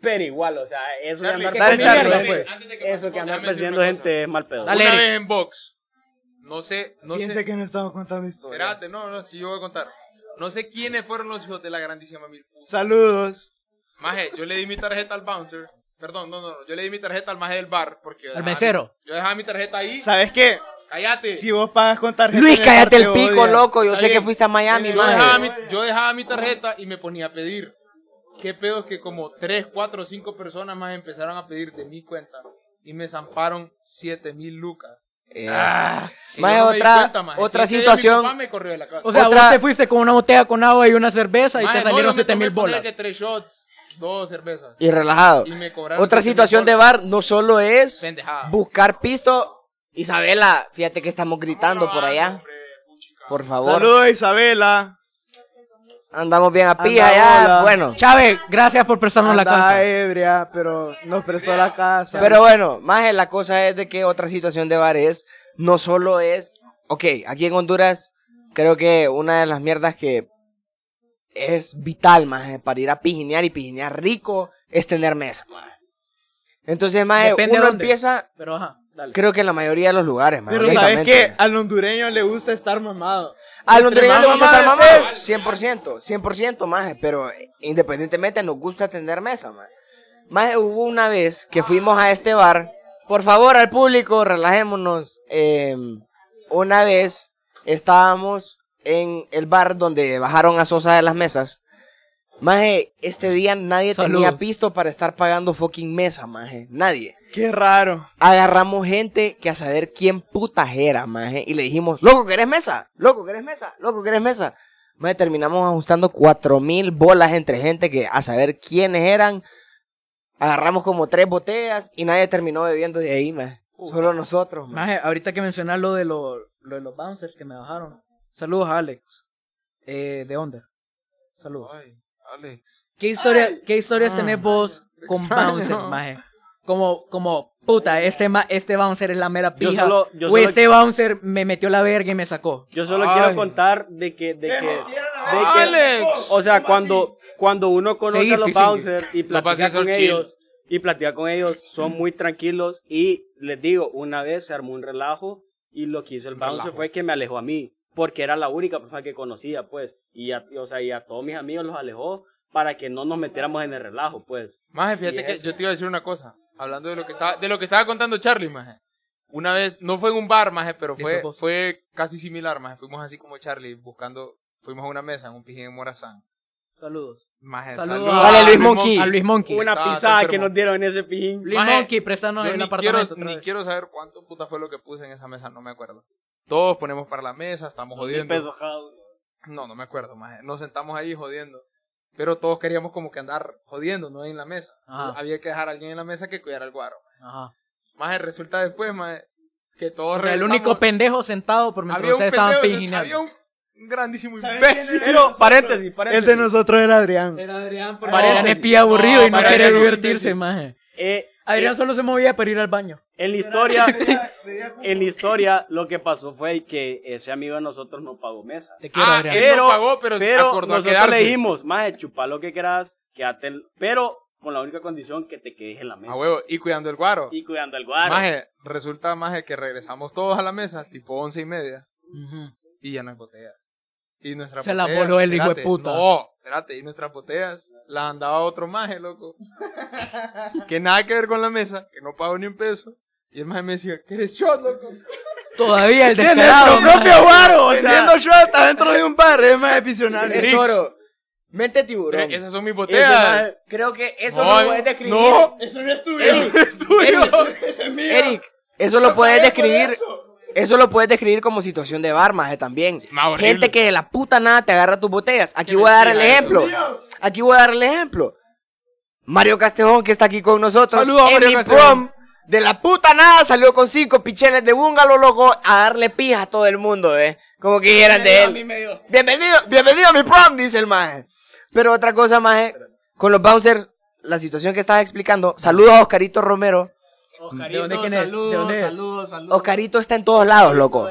pero igual, o sea, eso de andar Dale, persiguiendo Charlie. gente- Antes- antes de pues. que Eso que responda, andar déjame decir persiguiendo una cosa. gente es mal pedo. Dale, Una Eric. vez en box. No sé, no Piense sé. que no estamos contando historias. Espérate, no, no, si yo voy a contar. No sé quiénes fueron los hijos de la grandísima mil. Saludos. Maje, yo le di mi tarjeta al bouncer. Perdón, no, no, no. Yo le di mi tarjeta al maje del bar. Porque Al mesero. Yo dejaba mi tarjeta ahí. ¿Sabes qué? Cállate. Si vos pagas con tarjeta. Luis, en el cállate el bar, te pico, odian. loco. Yo Está sé que bien. fuiste a Miami, yo, maje. dejaba mi, yo dejaba mi tarjeta y me ponía a pedir. Qué pedo que como 3, 4, 5 personas más empezaron a pedir de mi cuenta. Y me zamparon 7 mil lucas. Eh, Ah, Y Maje, yo no me di otra, cuenta, maje. otra Ese día Mi papá situación. me corrió de la casa. O sea, Otra- vos te fuiste con una botella con agua y una cerveza y te salieron 7000 bolas. que 3 shots, 2 cervezas. Y relajado. Y me cobraron Otra 7 mil situación de dólares. bar no solo es Pendejada. buscar pisto. Isabela, fíjate que estamos gritando No, por allá. hombre, puchica. Por favor. Saludos, Isabela. Andamos bien a pija Andamos ya. bola. Bueno. Chávez, gracias por prestarnos la Andaba casa. ebria, pero nos prestó la casa. Pero bueno, más la cosa es de que otra situación de bar es, no solo es, ok, aquí en Honduras creo que una de las mierdas que es vital, más para ir a pijinear y pijinear rico es tener mesa, maje. Entonces, más Depende uno de dónde. empieza, Pero ajá, dale. creo que en la mayoría de los lugares, maje, Pero ¿sabes honestamente. qué? Al hondureño le gusta estar mamado. Al hondureño le Entre gusta más estar mamado mamado, 100%, 100% más, pero independientemente nos gusta atender mesa, más. Más hubo una vez que fuimos a este bar, por favor al público, relajémonos. eh, una vez estábamos en el bar donde bajaron a Sosa de las mesas. Maje, este día nadie Saludos. tenía pisto para estar pagando fucking mesa, maje. Nadie Qué raro. agarramos gente que a saber quién putas era, maje, y le dijimos, loco, ¿querés mesa? Loco, ¿querés mesa? Loco, ¿querés mesa? Maje, terminamos ajustando cuatro mil bolas entre gente que a saber quiénes eran. Agarramos como tres botellas y nadie terminó bebiendo de ahí, maje. Solo nosotros, maje. Maje, ahorita que mencionas lo de, lo, lo de los bouncers que me bajaron. Saludos a Alex. Eh, de Onder. Saludos. Ay, Alex. Ah, ¿Qué, historia, ¿qué historias tenés vos con bouncers, maje? Como, como, puta, este, ma- este bouncer es la mera Yo pija. solo- o pues, yo solo- este bouncer me metió la verga y me sacó. Yo solo Ay. quiero contar de que, de que, de que- ¡Alex! o sea, cuando, cuando uno conoce Seguí, a los Pisingui. bouncers y platica pases son con chill. ellos, y platica con ellos, son muy tranquilos y les digo, una vez se armó un relajo y lo que hizo el bouncer fue que me alejó a mí, porque era la única persona que conocía, pues, y a, o sea, y a todos mis amigos los alejó para que no nos metiéramos en el relajo, pues. Maje, fíjate Y que eso. yo te iba a decir una cosa. Hablando de lo que estaba, de lo que estaba contando Charlie, maje. Una vez, no fue en un bar, maje, pero fue, Disculpa. fue casi similar, maje. Fuimos así como Charlie, buscando, fuimos a una mesa, en un pijín en Morazán. Saludos. Maje, Saludos saluda- Dale, a Luis Monkey. A Luis Monkey. Una estaba pisada que enfermo. nos dieron en ese pijín. Luis Maje, Monkey, prestanos Yo el ni quiero, apartamento. otra ni vez. quiero saber cuánto puta fue lo que puse en esa mesa, no me acuerdo. Todos ponemos para la mesa, estamos Mil jodiendo. pesos, jao. No, no me acuerdo, maje. Nos sentamos ahí jodiendo. Pero todos queríamos como que andar jodiendo, no en la mesa. Entonces, Ajá. había que dejar a alguien en la mesa que cuidara el guaro. Ajá. Maje, resulta después, maje, que todos O sea, el regresamos- único pendejo sentado por mientras había un ustedes estaban pendejo, había pijineando. un grandísimo Imbécil. imbécil. Pero, paréntesis, paréntesis. El de nosotros era Adrián. Ah, Adrián porque- Paréntesis. espía aburrido y no Paréntesis. quiere divertirse, maje. Eh, Ah, Adrián solo se movía para ir al baño. En la historia, en la historia, lo que pasó fue que ese amigo de nosotros no pagó mesa. Te quiero, Ah, Adrián. él no pagó, pero, se acordó a nosotros quedarse. le dijimos, maje, chupa lo que quieras, quédate, el- pero con la única condición que te quedes en la mesa. A huevo, y cuidando el guaro. Y cuidando al guaro. Maje, resulta, maje, que regresamos todos a la mesa, tipo once y media, Ujú. y ya no hay botellas. Y nuestra Se la voló el hijo de puta. No, espérate, y nuestras botellas las andaba otro maje, loco. que nada que ver con la mesa, que no pagó ni un peso. Y el maje me decía, ¿qué eres shot, loco? Todavía el Tiene descarado. nuestro propio maje. guaro. O sea, vendiendo shota dentro de un bar. Es más visionario. Es toro. Mente tiburón. Esas son mis Y ese botellas. maje- Creo que eso No, lo puedes describir. no. eso no es tuyo. es Eric, Eric, eso lo puedes describir. Eso. lo puedes describir como situación de bar, maje, también. más horrible. Gente que de la puta nada te agarra tus botellas. Aquí voy a dar el mentira eso. ejemplo. Aquí voy a dar el ejemplo. Mario Castejón, que está aquí con nosotros. Saludos, en Mario mi Castejón. prom, De la puta nada salió con cinco picheles de búngalo, loco, a darle pija a todo el mundo, ¿eh? Como que eran de él. Bienvenido, bienvenido a mi prom, dice el maje. Pero otra cosa, maje, con los bouncers la situación que estabas explicando, saludos a Oscarito Romero. ¿De dónde quién es? saludos, ¿De dónde es? saludos, saludos. Pues, Oscarito está en todos lados, loco.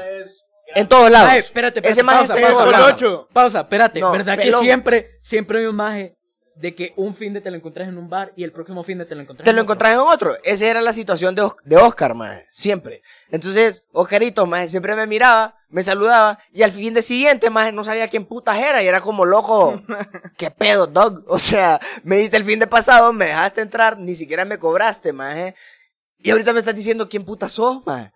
En todos lados. Ay, espérate, espérate, Ese maje pausa, está en pausa, todos pausa, lados. pausa, pausa, espérate. No, ¿Verdad que pelón. siempre, siempre hay un maje de que un fin de te lo encontrás en un bar y el próximo fin de te lo encontrás Te en lo otro? encontrás en otro. Esa era la situación de, Os- de Oscar, maje. Siempre. Entonces, Oscarito, maje, siempre me miraba, me saludaba. Y al fin de siguiente, maje, no sabía quién putas era. Y era como loco. ¿Qué pedo, dog? O sea, me diste el fin de pasado, me dejaste entrar, ni siquiera me cobraste, maje. Y ahorita me estás diciendo quién putas sos, maje.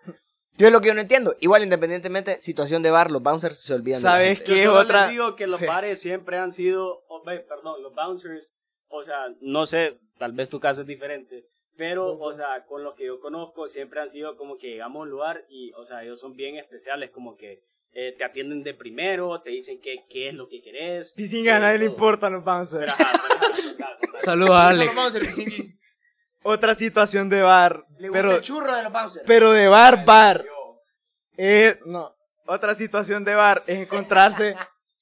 Yo es lo que yo no entiendo. Igual, independientemente, situación de bar, los bouncers se olvidan. de la ¿Sabes gente. Yo Que es solo otra- Pues, les digo que los bares siempre han sido, oh, ve, perdón, los bouncers, o sea, no sé, tal vez tu caso es diferente, pero, o sea, con lo que yo conozco, siempre han sido como que llegamos a un lugar y, o sea, ellos son bien especiales, como que eh, te atienden de primero, te dicen qué, qué es lo que querés. Dicen que eh, a nadie le todo. importa los Pero, bouncers. ajá, pero, ajá, total, total. Saludos a Alex. Vamos a hacer pisingui. Otra situación de bar. Le gusta Pero, el churro de los bouncers. pero de bar, bar. Eh, no. Otra situación de bar es encontrarse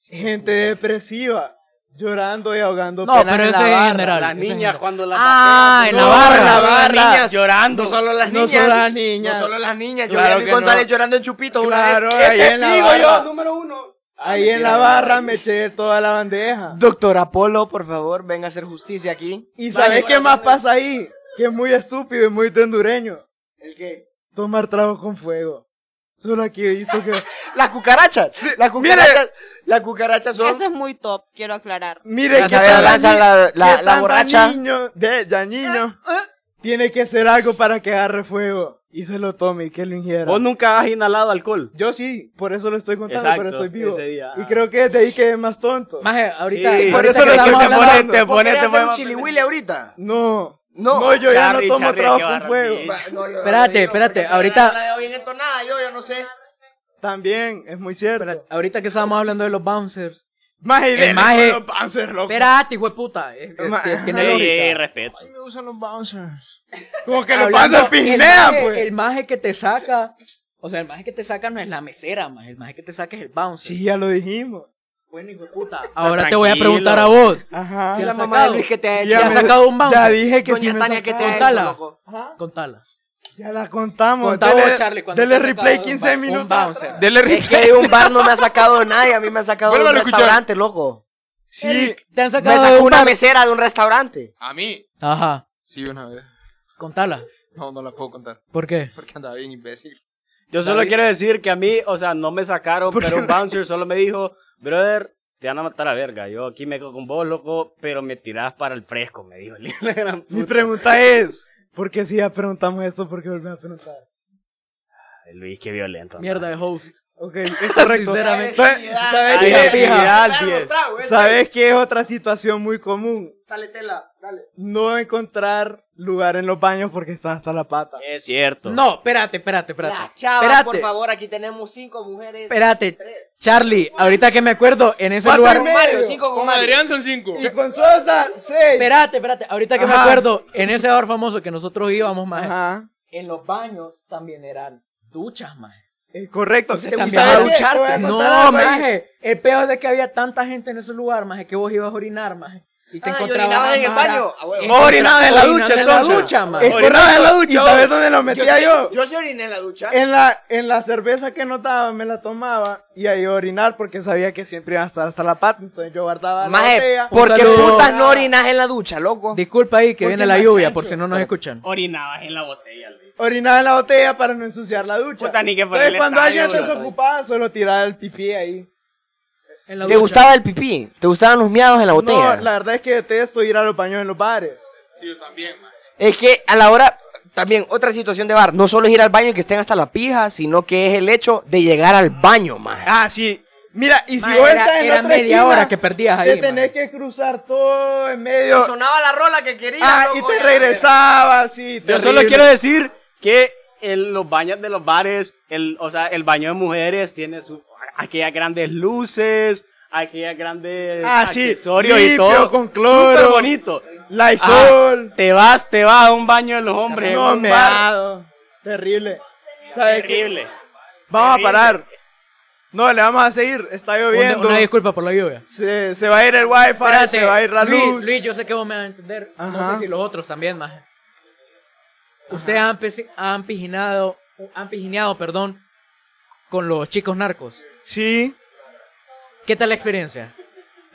gente depresiva llorando y ahogando. No, penas pero en la eso es en barra. general. Las eso es en niñas general. cuando las Ah, en batean, la no, barra. en la barra. niñas. llorando. No solo las No niñas. solo las niñas. No solo las niñas. Claro yo vi a Luis que González no. llorando en chupitos Claro, una vez. Eh, ahí en la Digo yo, barra. número uno. Ah, Ahí en mentira, la no. barra me eché toda la bandeja. Doctor Apolo, por favor, venga a hacer justicia aquí. ¿Y sabes qué eh. más pasa ahí? Que es muy estúpido y muy tendureño. ¿El qué? Tomar trago con fuego. Solo aquí hizo que... Las cucarachas. las cucarachas. Las cucarachas son. Eso es muy top, quiero aclarar. Mire, Ya que sabes, tanta lanza ni- la- la- que la tanta borracha. niño de ya niño Eh, tiene que hacer algo para que agarre fuego y se lo tome y que lo ingiera. Vos nunca has inhalado alcohol. Yo sí, por eso lo estoy contando, Exacto, pero soy vivo. ese día, y ah. creo que es de ahí que es más tonto. Maje, ahorita. Sí, ahorita por eso que le estamos quiero que hablando- ponete- ¿Vos querés ponete, hacer un pues, chilihuile ahorita? No. No. No, yo Charlie, ya no tomo Charlie, trago qué con barra, fuego. bitch. No, yo- Espérate, yo- espérate, yo- ahorita- La veo bien entonada, yo, yo no sé. También, es muy cierto. Ahorita que estábamos hablando de los bouncers. Más El maje- Panzer, loco. Espérate, hijo de puta. Es- es- Ma- es- tiene Ey, lógica. ey, respeto. Como que los Hablando- Panzer el pijinean, maje- pues. El maje que te saca. O sea, el maje que te saca no es la mesera, maje. El maje que te saca es el bouncer. Sí, ya lo dijimos. Bueno, hijo de puta. Ahora te voy a preguntar a vos. Ajá. ¿Qué La has mamá de sacado? Luis que te ha hecho. Ya me- has sacado un bouncer? Ya dije que sí Doña me Tania, ¿qué te sacaba. ha hecho, Contala. loco? Contala. Ya la contamos. Contala, dele, Charlie, cuando dele te has replay sacado 15 un ba- un minutos. bouncer. Dele Es que de un bar no me ha sacado nadie, a mí me ha sacado de un Vuélvalo a escuchar. restaurante, loco. Sí. Te han Me sacado de sacó un una bar? mesera de un restaurante. A mí. Ajá. Sí, una vez. Contala. No, no la puedo contar. ¿Por qué? Porque andaba bien imbécil. Yo solo quiero decir que a mí, o sea, no me sacaron, pero un bouncer solo me dijo, brother, te van a matar a verga. Yo aquí me quedo con vos, loco, pero me tirás para el fresco, me dijo. el hijo de la gran Mi puta. pregunta es, ¿por qué si ya preguntamos esto? ¿Por qué volvemos a preguntar? Ay, Luis, qué violento. ¿no? Mierda de host. Ok, es correcto. Sinceramente. ¿Sabes, Ay, sabes la qué? fija, al 10. ¿Sabes qué es otra situación muy común? eh, Sale tela, dale. No encontrar lugar en los baños porque están hasta la pata. Es cierto. No, espérate, espérate, espérate. Las chavas, espérate, por favor, aquí tenemos cinco mujeres. espérate. Charlie, ahorita que me acuerdo, en ese Cuatro y lugar. medio. Mario, cinco con Con Mario. Adrián son cinco. Y con Sosa, seis. Espérate, espérate. Ahorita que me Ajá. acuerdo, en ese bar famoso que nosotros íbamos, maje. Ajá. En los baños también eran duchas, maje. Es Eh, correcto. Entonces, ¿Y también sabes vas a qué? Te voy a ducharte. contar algo No, ahí. maje. El peor de que había tanta gente en ese lugar, maje, que vos ibas a orinar, maje. Y te Ah, y encontrabas. orinabas a en el Mara baño. Ah, huevo. encontra- Orinaba en la orinando ducha, en entonces. la ducha, maje. Es correcto, en la ducha. ¿Y sabes dónde lo Yo metía sí- yo? Yo sí oriné en la ducha. En la, en la cerveza que no daba, me la tomaba y ahí iba a orinar porque sabía que siempre iba a estar hasta la pata. Entonces yo guardaba la Maje, botella. ¿por qué saludo. putas no orinas en la ducha, loco? Disculpa ahí que Porque viene la más lluvia, chancho. por si no nos escuchan. Orinabas en la botella, Luis. Orinaba en la botella para no ensuciar la ducha. Puta, ni que fuera Entonces, el cuando estadio, alguien se bro. desocupaba, solo tiraba el pipí ahí. En la ¿Te ducha. gustaba el pipí? ¿Te gustaban los miados en la botella? No, la verdad es que detesto ir a los baños en los bares. Es que a la hora, también otra situación de bar, no solo es ir al baño y que estén hasta la pija, sino que es el hecho de llegar al baño, maje. Ah, sí. Mira, y si Ma, vos era- estás en era la otra media esquina, hora que perdías ahí, Te man. tenés que cruzar todo en medio. Sonaba la rola que quería. Ah, y te regresabas, sí. Yo solo terrible. quiero decir que el- los baños de los bares, el, o sea, el baño de mujeres tiene su, aquellas grandes luces, aquellas grandes Ah, sí, accesorios y limpio, todo. con cloro. Súper bonito. Lysol. Ajá, te vas, te vas a un baño de los hombres. No, en un me bar. Terrible. ¿Sabes qué? Terrible. Vamos a parar. No, le vamos a seguir. Está Una, lloviendo. una disculpa por la lluvia. se, se va a ir el wifi, Espérate, se va a ir la Luis, luz. Luis, yo sé que vos me vas a entender. No Ajá. sé si los otros también, maje. Ustedes han, pesi- han pijinado, han pijineado, perdón, con los chicos narcos. Sí. ¿Qué tal la experiencia?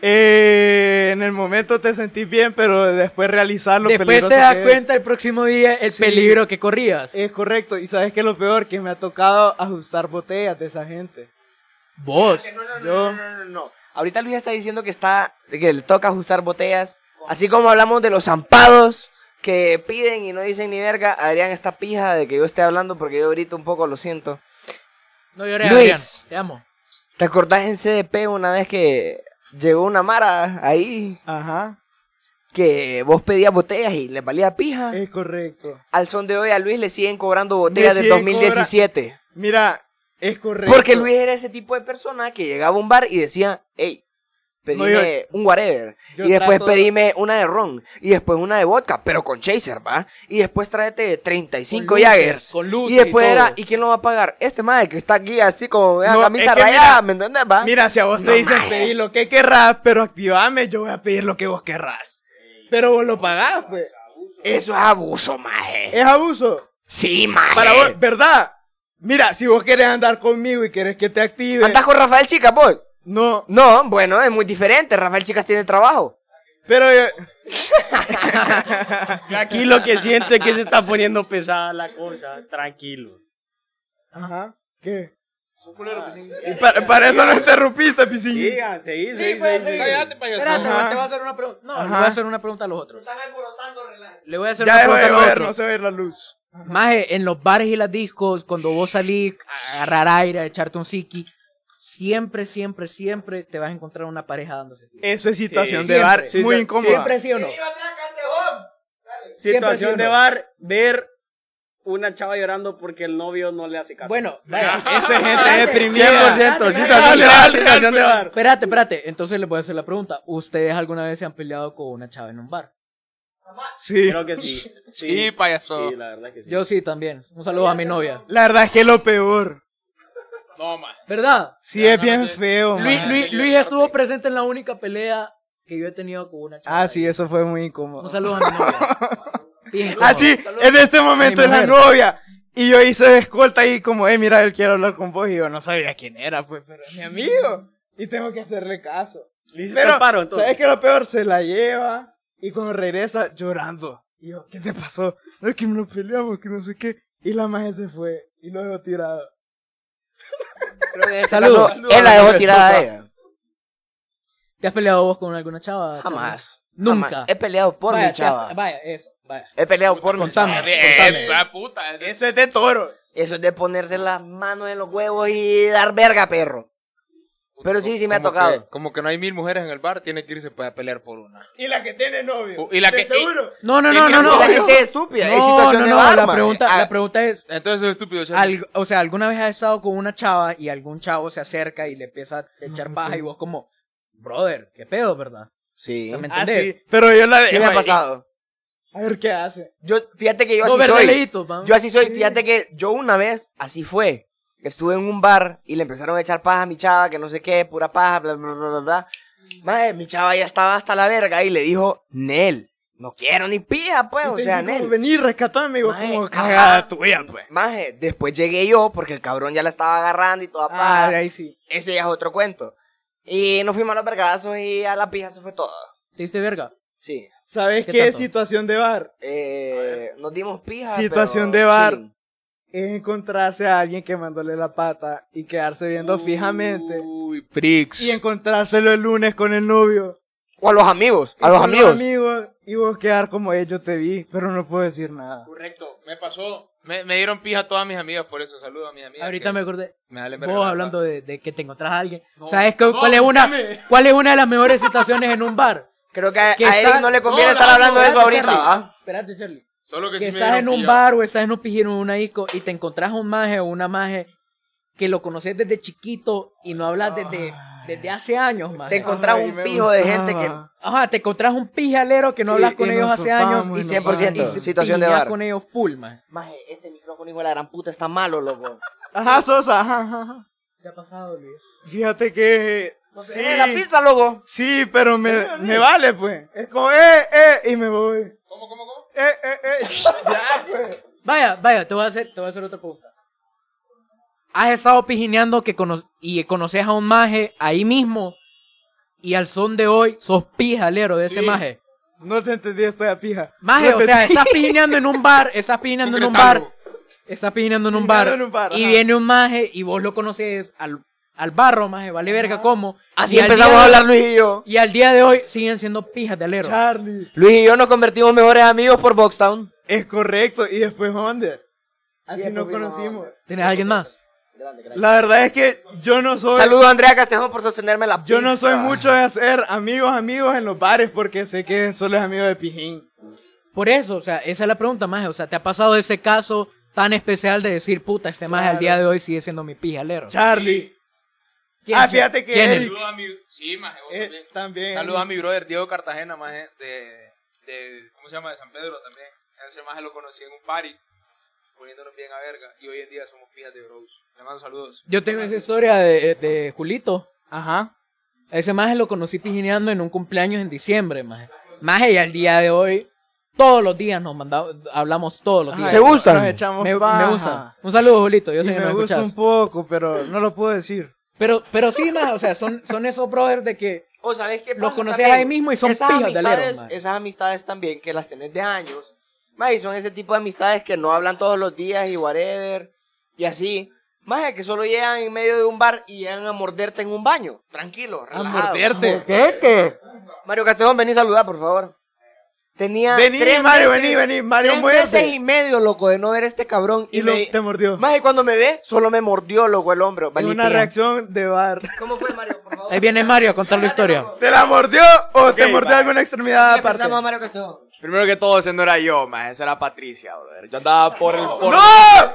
Eh, en el momento te sentís bien, pero después realizar lo Después peligroso te das que es. cuenta el próximo día el Sí. peligro que corrías. Es correcto. Y sabes que lo peor, que me ha tocado ajustar botellas de esa gente. Vos. Yo, no, no. Ahorita Luis está diciendo que está que le toca ajustar botellas. Así como hablamos de los zampados que piden y no dicen ni verga, Adrián está pija de que yo esté hablando porque yo grito un poco, lo siento. No llores, Luis. Adrián. Te amo. ¿Te acordás en CDP una vez que llegó una mara ahí ajá, que vos pedías botellas y le valía pija? es correcto. Al son de hoy a Luis le siguen cobrando botellas Le del siguen 2017. Mira, es correcto. Porque Luis era ese tipo de persona que llegaba a un bar y decía, hey, pedime No, un whatever. yo Y después trato- pedime una de ron. Y después una de vodka, pero con chaser, ¿va? Y después tráete 35 Con luces, Jaggers. con luces Y después y todo. era, ¿y quién lo va a pagar? Este madre que está aquí así como la No, camisa es que rayada, mira, ¿me entendés, va? Mira, si a vos te dicen pedí lo que querrás, pero activame, yo voy a pedir lo que vos querrás. Pero vos lo pagás, pues. Eso es abuso, maje. Es abuso. Sí, maje. Para vos, ¿verdad? Mira, si vos querés andar conmigo y querés que te active. ¿Andás con Rafael Chicas, vos? No, No, bueno, es muy diferente. Rafael Chicas tiene trabajo. pero eh, yo- Aquí lo que siento es que se está poniendo pesada la cosa. Tranquilo. Ajá. ¿Qué? pues, Y para, para eso lo interrumpiste, Pisín. Sigan, seguí, seguí, seguí, pues, seguí. Cállate, Espérate, payaso. te voy a hacer una pregunta. No, le voy a hacer una pregunta a los otros. Le voy a hacer Ya una dejó pregunta de a los ver, otros. no se ve la luz. Maje, en los bares y las discos, cuando vos salís a agarrar aire, a echarte un siki, siempre, siempre, siempre te vas a encontrar una pareja dándose. tiro. Eso es situación de Siempre. bar Sí, muy sí, incómoda. Siempre sí o no. Siempre ha sido Situación de uno. bar, ver una chava llorando porque el novio no le hace caso. Bueno, vaya, Eso es gente deprimida. 100%, Real, situación de bar, real, situación de bar. espérate, espérate. Entonces les voy a hacer la pregunta. ¿Ustedes alguna vez se han peleado con una chava en un bar? Sí. Creo que sí. Sí, Sí, payaso. sí, la verdad que sí. Yo sí también. Un saludo a mi novia. La verdad es que es lo peor. No, maje. ¿Verdad? Sí, es bien feo, Luis, Ah, man. Luis, Luis estuvo presente en la única pelea que yo he tenido con una chava. Ah, sí, eso fue muy incómodo. Un saludo a mi novia. Bien incómodo. Ah, Así, en este momento A es mi la mujer. novia. Y yo hice de escolta y como, eh, mira, él quiere hablar con vos. Y yo no sabía quién era, pues, pero es mi amigo. Y tengo que hacerle caso. Le hiciste Pero, el paro, entonces. ¿sabes qué es lo peor? Se la lleva y cuando regresa llorando. Y yo, ¿qué te pasó? No, es que nos peleamos, que no sé qué. Y la magia se fue y lo dejó tirado. Saludos. No, él la dejó tirada a ella. ¿Te has peleado vos con alguna chava? Charlie? Jamás. Nunca. Jamás. He peleado por vaya, mi te has- chava. Vaya, eso, vaya. He peleado por mi Contame. chava. Eh, la puta. eh. Eso es de toro. Eso es de ponerse las manos en los huevos y dar verga, perro. Pero sí, sí me ha Como tocado. que- como que no hay mil mujeres en el bar, tiene que irse para pelear por una. Y la que tiene novio. Uh, Y la ¿De que- y- seguro. No, no, Y no, mi no, no. amor, la gente es estúpida, es No, situación no, de no, bar, la man. pregunta, Ah, la pregunta es, Entonces es estúpido, Charlie. al- o sea, ¿alguna vez has estado con una chava y algún chavo se acerca y le empieza a echar paja y vos como, brother, qué pedo, verdad? O Sí. sea, ¿Me Ah, entendés? sí. Pero yo la Sí dejo me ha ahí. pasado. A ver qué hace. Yo, fíjate que yo No, así verde soy. leíto, man. Yo así soy. Fíjate que yo una vez, así fue. Estuve en un bar y le empezaron a echar paja a mi chava, que no sé qué, pura paja, bla, bla, bla, bla, bla. Madre, mi chava ya estaba hasta la verga y le dijo, Nel, no quiero ni pija, pues, o Te sea, digo, Nel. Vení, rescatame, digo, Maje, como ajá. cagada tuya, pues. Maje, después llegué yo porque el cabrón ya la estaba agarrando y toda paja. Ah, de ahí sí. Ese ya es otro cuento. Y nos fuimos a los vergazos y a la pija se fue todo. ¿Te diste verga? Sí. ¿Sabes ¿Qué qué, tanto? situación de bar? Eh, nos dimos pija. Situación pero de bar. chilling. Es encontrarse a alguien quemándole la pata y quedarse Uh. viendo fijamente. Uy, Prix. Y encontrárselo el lunes con el novio. O a los amigos. A los Con amigos. y vos quedar como, eh, yo te vi, pero no puedo decir nada. Correcto, me pasó. Me, me dieron pija todas mis amigas por eso. Saludos a mis amigas. Ahorita que me acordé, me valen verga, vos la hablando verdad. de, de que te encontrás a alguien, ¿sabes cu- cuál, es una, cuál es una de las mejores situaciones en un bar? Creo que a, Que a está- Eric no le conviene No, estar no, hablando de eso Espérate, ahorita, Charlie. ¿ah? Espérate, Charlie. Solo que que, sí me estás en dieron un pija. bar o estás en un pijero en una disco y te encontrás un maje o una maje que lo conoces desde chiquito y no hablas desde, desde hace años, Ah. Te maje. encontrás Ay, un me pijo de gustaba. gente que... Ajá, te encontrás un pijalero que no hablas Y- con y ellos nos hace años topamos y y nos 100%, y se situación de piñas bar. con ellos full, maje. Maje, este micrófono hijo de la gran puta está malo, loco. Ajá, Sosa, ajá, ajá, ajá. ¿Te ha pasado, Luis? Fíjate que. Pues, Sí, ¡Eh, la pizza, loco! sí, pero me, me vale, pues. Es como, eh, eh, y me voy. ¿Cómo, cómo, cómo? Eh, eh, eh. Ya, pues. Vaya, vaya, te voy a hacer, te voy a hacer otra pregunta. Has estado pijineando que cono- y conoces a un maje ahí mismo y al son de hoy sos pijalero de ese Sí. maje. No te entendí, estoy a pija. Maje, No o te sea, entendí. estás pijineando en un bar, estás pijineando en un bar, estás pijineando en un bar, Pijineando en un bar, y ajá. viene un maje y vos lo conoces al, al barro, maje, vale verga cómo. Así y al empezamos día a de- hablar Luis y yo. Y al día de hoy siguen siendo pijas de alero. Charlie. Luis y yo nos convertimos mejores amigos por Boxtown. Es correcto, y después Honda. Ah, Así nos conocimos. ¿Tenés alguien más? La verdad es que yo no soy. Saludo a Andrea Castejón por sostenerme la Yo no pizza. soy mucho de hacer amigos, amigos en los bares porque sé que solo es amigo de Pijín. Por eso, o sea, esa es la pregunta, maje. O sea, ¿te ha pasado ese caso tan especial de decir, puta, este maje al día de hoy sigue siendo mi pijalero? Charlie. ¿Quién, Ah, Cha- fíjate que quién es? Eric- Saludos a mi. Sí, maje, vos Eh, también. también. Saludos a mi brother Diego Cartagena, maje, de, de. ¿Cómo se llama? De San Pedro también. Ese maje lo conocí en un party, poniéndonos bien a verga. Y hoy en día somos pijas de bros. Le mando saludos. Yo tengo esa historia de, de Julito. Ajá. A Ese maje lo conocí pijineando en un cumpleaños en diciembre, maje. Maje, y al día de hoy, todos los días nos mandamos, hablamos todos los días. ¿Se gustan? Nos echamos Me, paja. me gusta. Un saludo, Julito. Yo Y sé que me no me gusta escuchas. un poco, pero no lo puedo decir. Pero, pero sí, maje, o sea, son, son esos brothers de que O sabes qué Los pasa conoces también? ahí mismo y son esas pijas de amistades, alero, man. Esas amistades también que las tenés de años. Más y son ese tipo de amistades que no hablan todos los días y whatever. Y así. Más que solo llegan en medio de un bar y llegan a morderte en un baño. Tranquilo, relajado. morderte. Mario Castejón, vení a saludar, por favor. Tenía Vení, tres Mario, meses- vení, vení, Mario, tres muévete. meses y medio, loco, de no ver a este cabrón. Y, Y lo, me- te mordió. Más y cuando me ve, solo me mordió, loco, el hombro. Es Valí una pija. reacción de bar. ¿Cómo fue, Mario, por favor? ahí viene Mario a contar la historia. ¿Te la mordió o te mordió alguna extremidad Le aparte? prestamos a Mario Castejón. Primero que todo, ese no era yo, más eso era Patricia, brother. Yo andaba por el. Por... ¡No!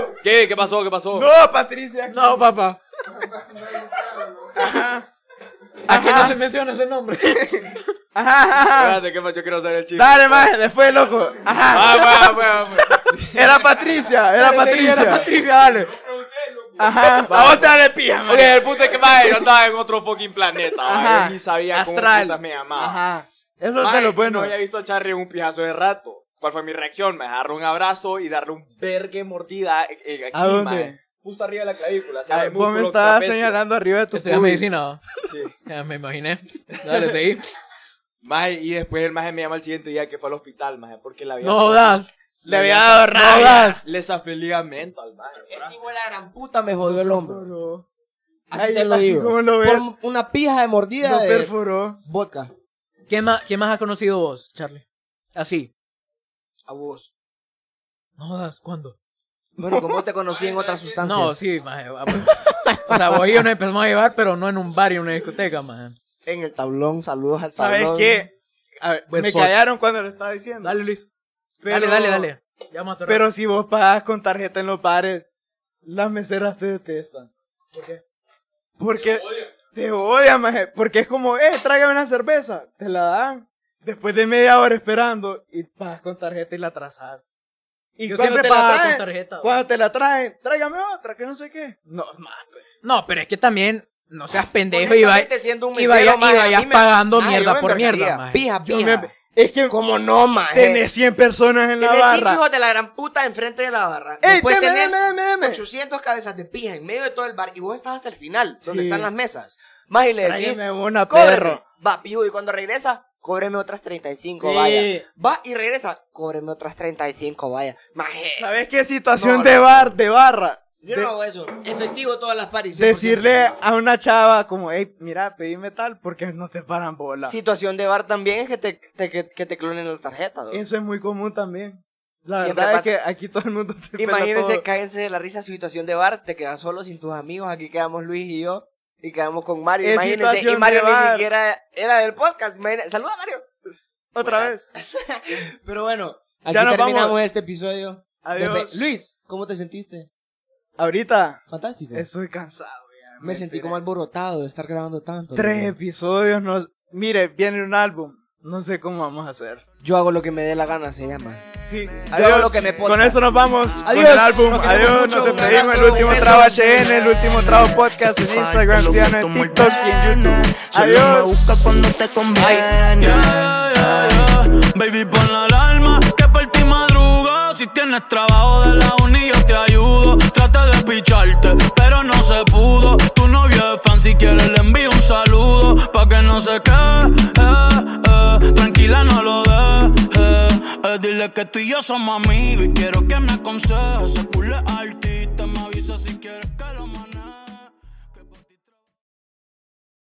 ¡No! ¿Qué? ¿Qué pasó? ¿Qué pasó? ¡No, Patricia! No, papá. Aquí no se menciona ese nombre. Ajá, ajá, ajá. Espérate, que más yo quiero hacer el chiste. Dale, maje, después, loco. Ajá. Ah, va, va, va. Era Patricia, era Era Patricia. Patricia, dale. Ajá. Va, va. Ok, el punto es que más yo andaba en otro fucking planeta, Ajá. va, Yo ni sabía cómo Astral. putas me llamaba. Ajá. Eso es Maje, de lo bueno. No había visto a Charlie en un pijazo de rato. ¿Cuál fue mi reacción? Me agarró un abrazo y darle un vergue mordida eh, eh, aquí, ¿A dónde? maje. Justo arriba de la clavícula. se llama Ay, el vos me músculo estabas trapecio. señalando arriba de tu Estudia pubis. medicina. Sí. Ya me imaginé. Dale, seguí. Maje, y después el maje me llama el siguiente día que fue al hospital, maje, porque la había... No das. Le había dado rabia. Le zafé liga mental, maje. Este hijo de la gran puta me jodió el hombro. Pero Así Ay, te lo así digo. como lo ves. Por una pija de mordida Lo de perforó. vodka. ¿Quién más, ¿Quién más has conocido vos, Charlie? Así. A vos. No das, ¿cuándo? Bueno, como te conocí en otras sustancias. No, sí, maje. va, pues. O sea, vos y yo nos empezamos a llevar, pero no en un bar y en una discoteca, maje. En el tablón, saludos al ¿Sabes tablón. qué? A ver, Pues Buen me spot. callaron cuando lo estaba diciendo. Dale, Luis. Pero- Dale, dale, dale. Ya vamos a cerrar. Pero si vos pagas con tarjeta en los bares, las meseras te detestan. ¿Por qué? Porque te odian, maje. Porque es como, eh, tráigame una cerveza. Te la dan. Después de media hora esperando y pagas con tarjeta y la atrasas. Y Yo cuando siempre te la pagaba con traen- tarjeta, güey. Cuando te la traen, tráigame otra, que no sé qué. No, más. No, pero es que también no seas pendejo y vaya. Honestamente, siendo un y vaya- mesero, y maje, a vayas mí me- pagando maje, mierda yo me por mierda, envergaría. maje. Pija, Yo pija. me- Es que Como no, maje. tenés 100 personas en la Tenés cinco barra. hijos de la gran puta enfrente de la barra. ¡Ey, Después deme, tenés deme, deme, deme! 800 cabezas de pija en medio de todo el bar y vos estás hasta el final, donde Sí. están las mesas. Más y le decís, Tráigame una, cóbreme. perro. Va, pijo, y cuando regresa, cóbreme otras 35, Sí. vaya. Va y regresa, cóbreme otras 35, vaya. Maje. ¿Sabes qué situación No, de no, bar, de barra? Yo De- no hago eso. Efectivo todas las paris. 100%. decirle a una chava como, hey, mira, pedime tal porque no te paran bola. Situación de bar también es que te, te- que, que te clonen la tarjeta. ¿no? Eso es muy común también. La Siempre verdad pasa. es que aquí todo Este el mundo te pela Imagínense, todo. cáguense de la risa, situación de bar, te quedas solo sin tus amigos, aquí quedamos Luis y yo, y quedamos con Mario, Es imagínense, situación y Mario de ni bar. siquiera era del podcast, imagina- saluda Mario. Otra vez. Pero bueno, aquí nos terminamos vamos. este episodio. Adiós. Luis, ¿cómo te sentiste? Ahorita Fantástico. estoy cansado. ya, tiré. alborotado de estar grabando tanto. Tres episodios. No... Mire, viene un álbum. No sé cómo vamos a hacer. Yo hago lo que me dé la gana, se llama. Sí. hago lo que me Con ponga. eso nos vamos. Adiós. Con el álbum. Nos queremos Adiós. mucho. Nos Un despedimos. El abrazo. último Un trago beso. HN, el último trago podcast en Instagram, síganos en TikTok y en YouTube. Adiós. cuando te conviene. Baby, pon la alarma, que por ti madrugo. Si tienes trabajo de la uni, yo te ayudo. Trata de picharte, pero no se pudo. Tu novio es fan, si quieres le envío un saludo. Pa' que no se quede, eh, eh. tranquila, no lo dejes. Eh, dile que tú y yo somos amigos y quiero que me aconsejes. Se culé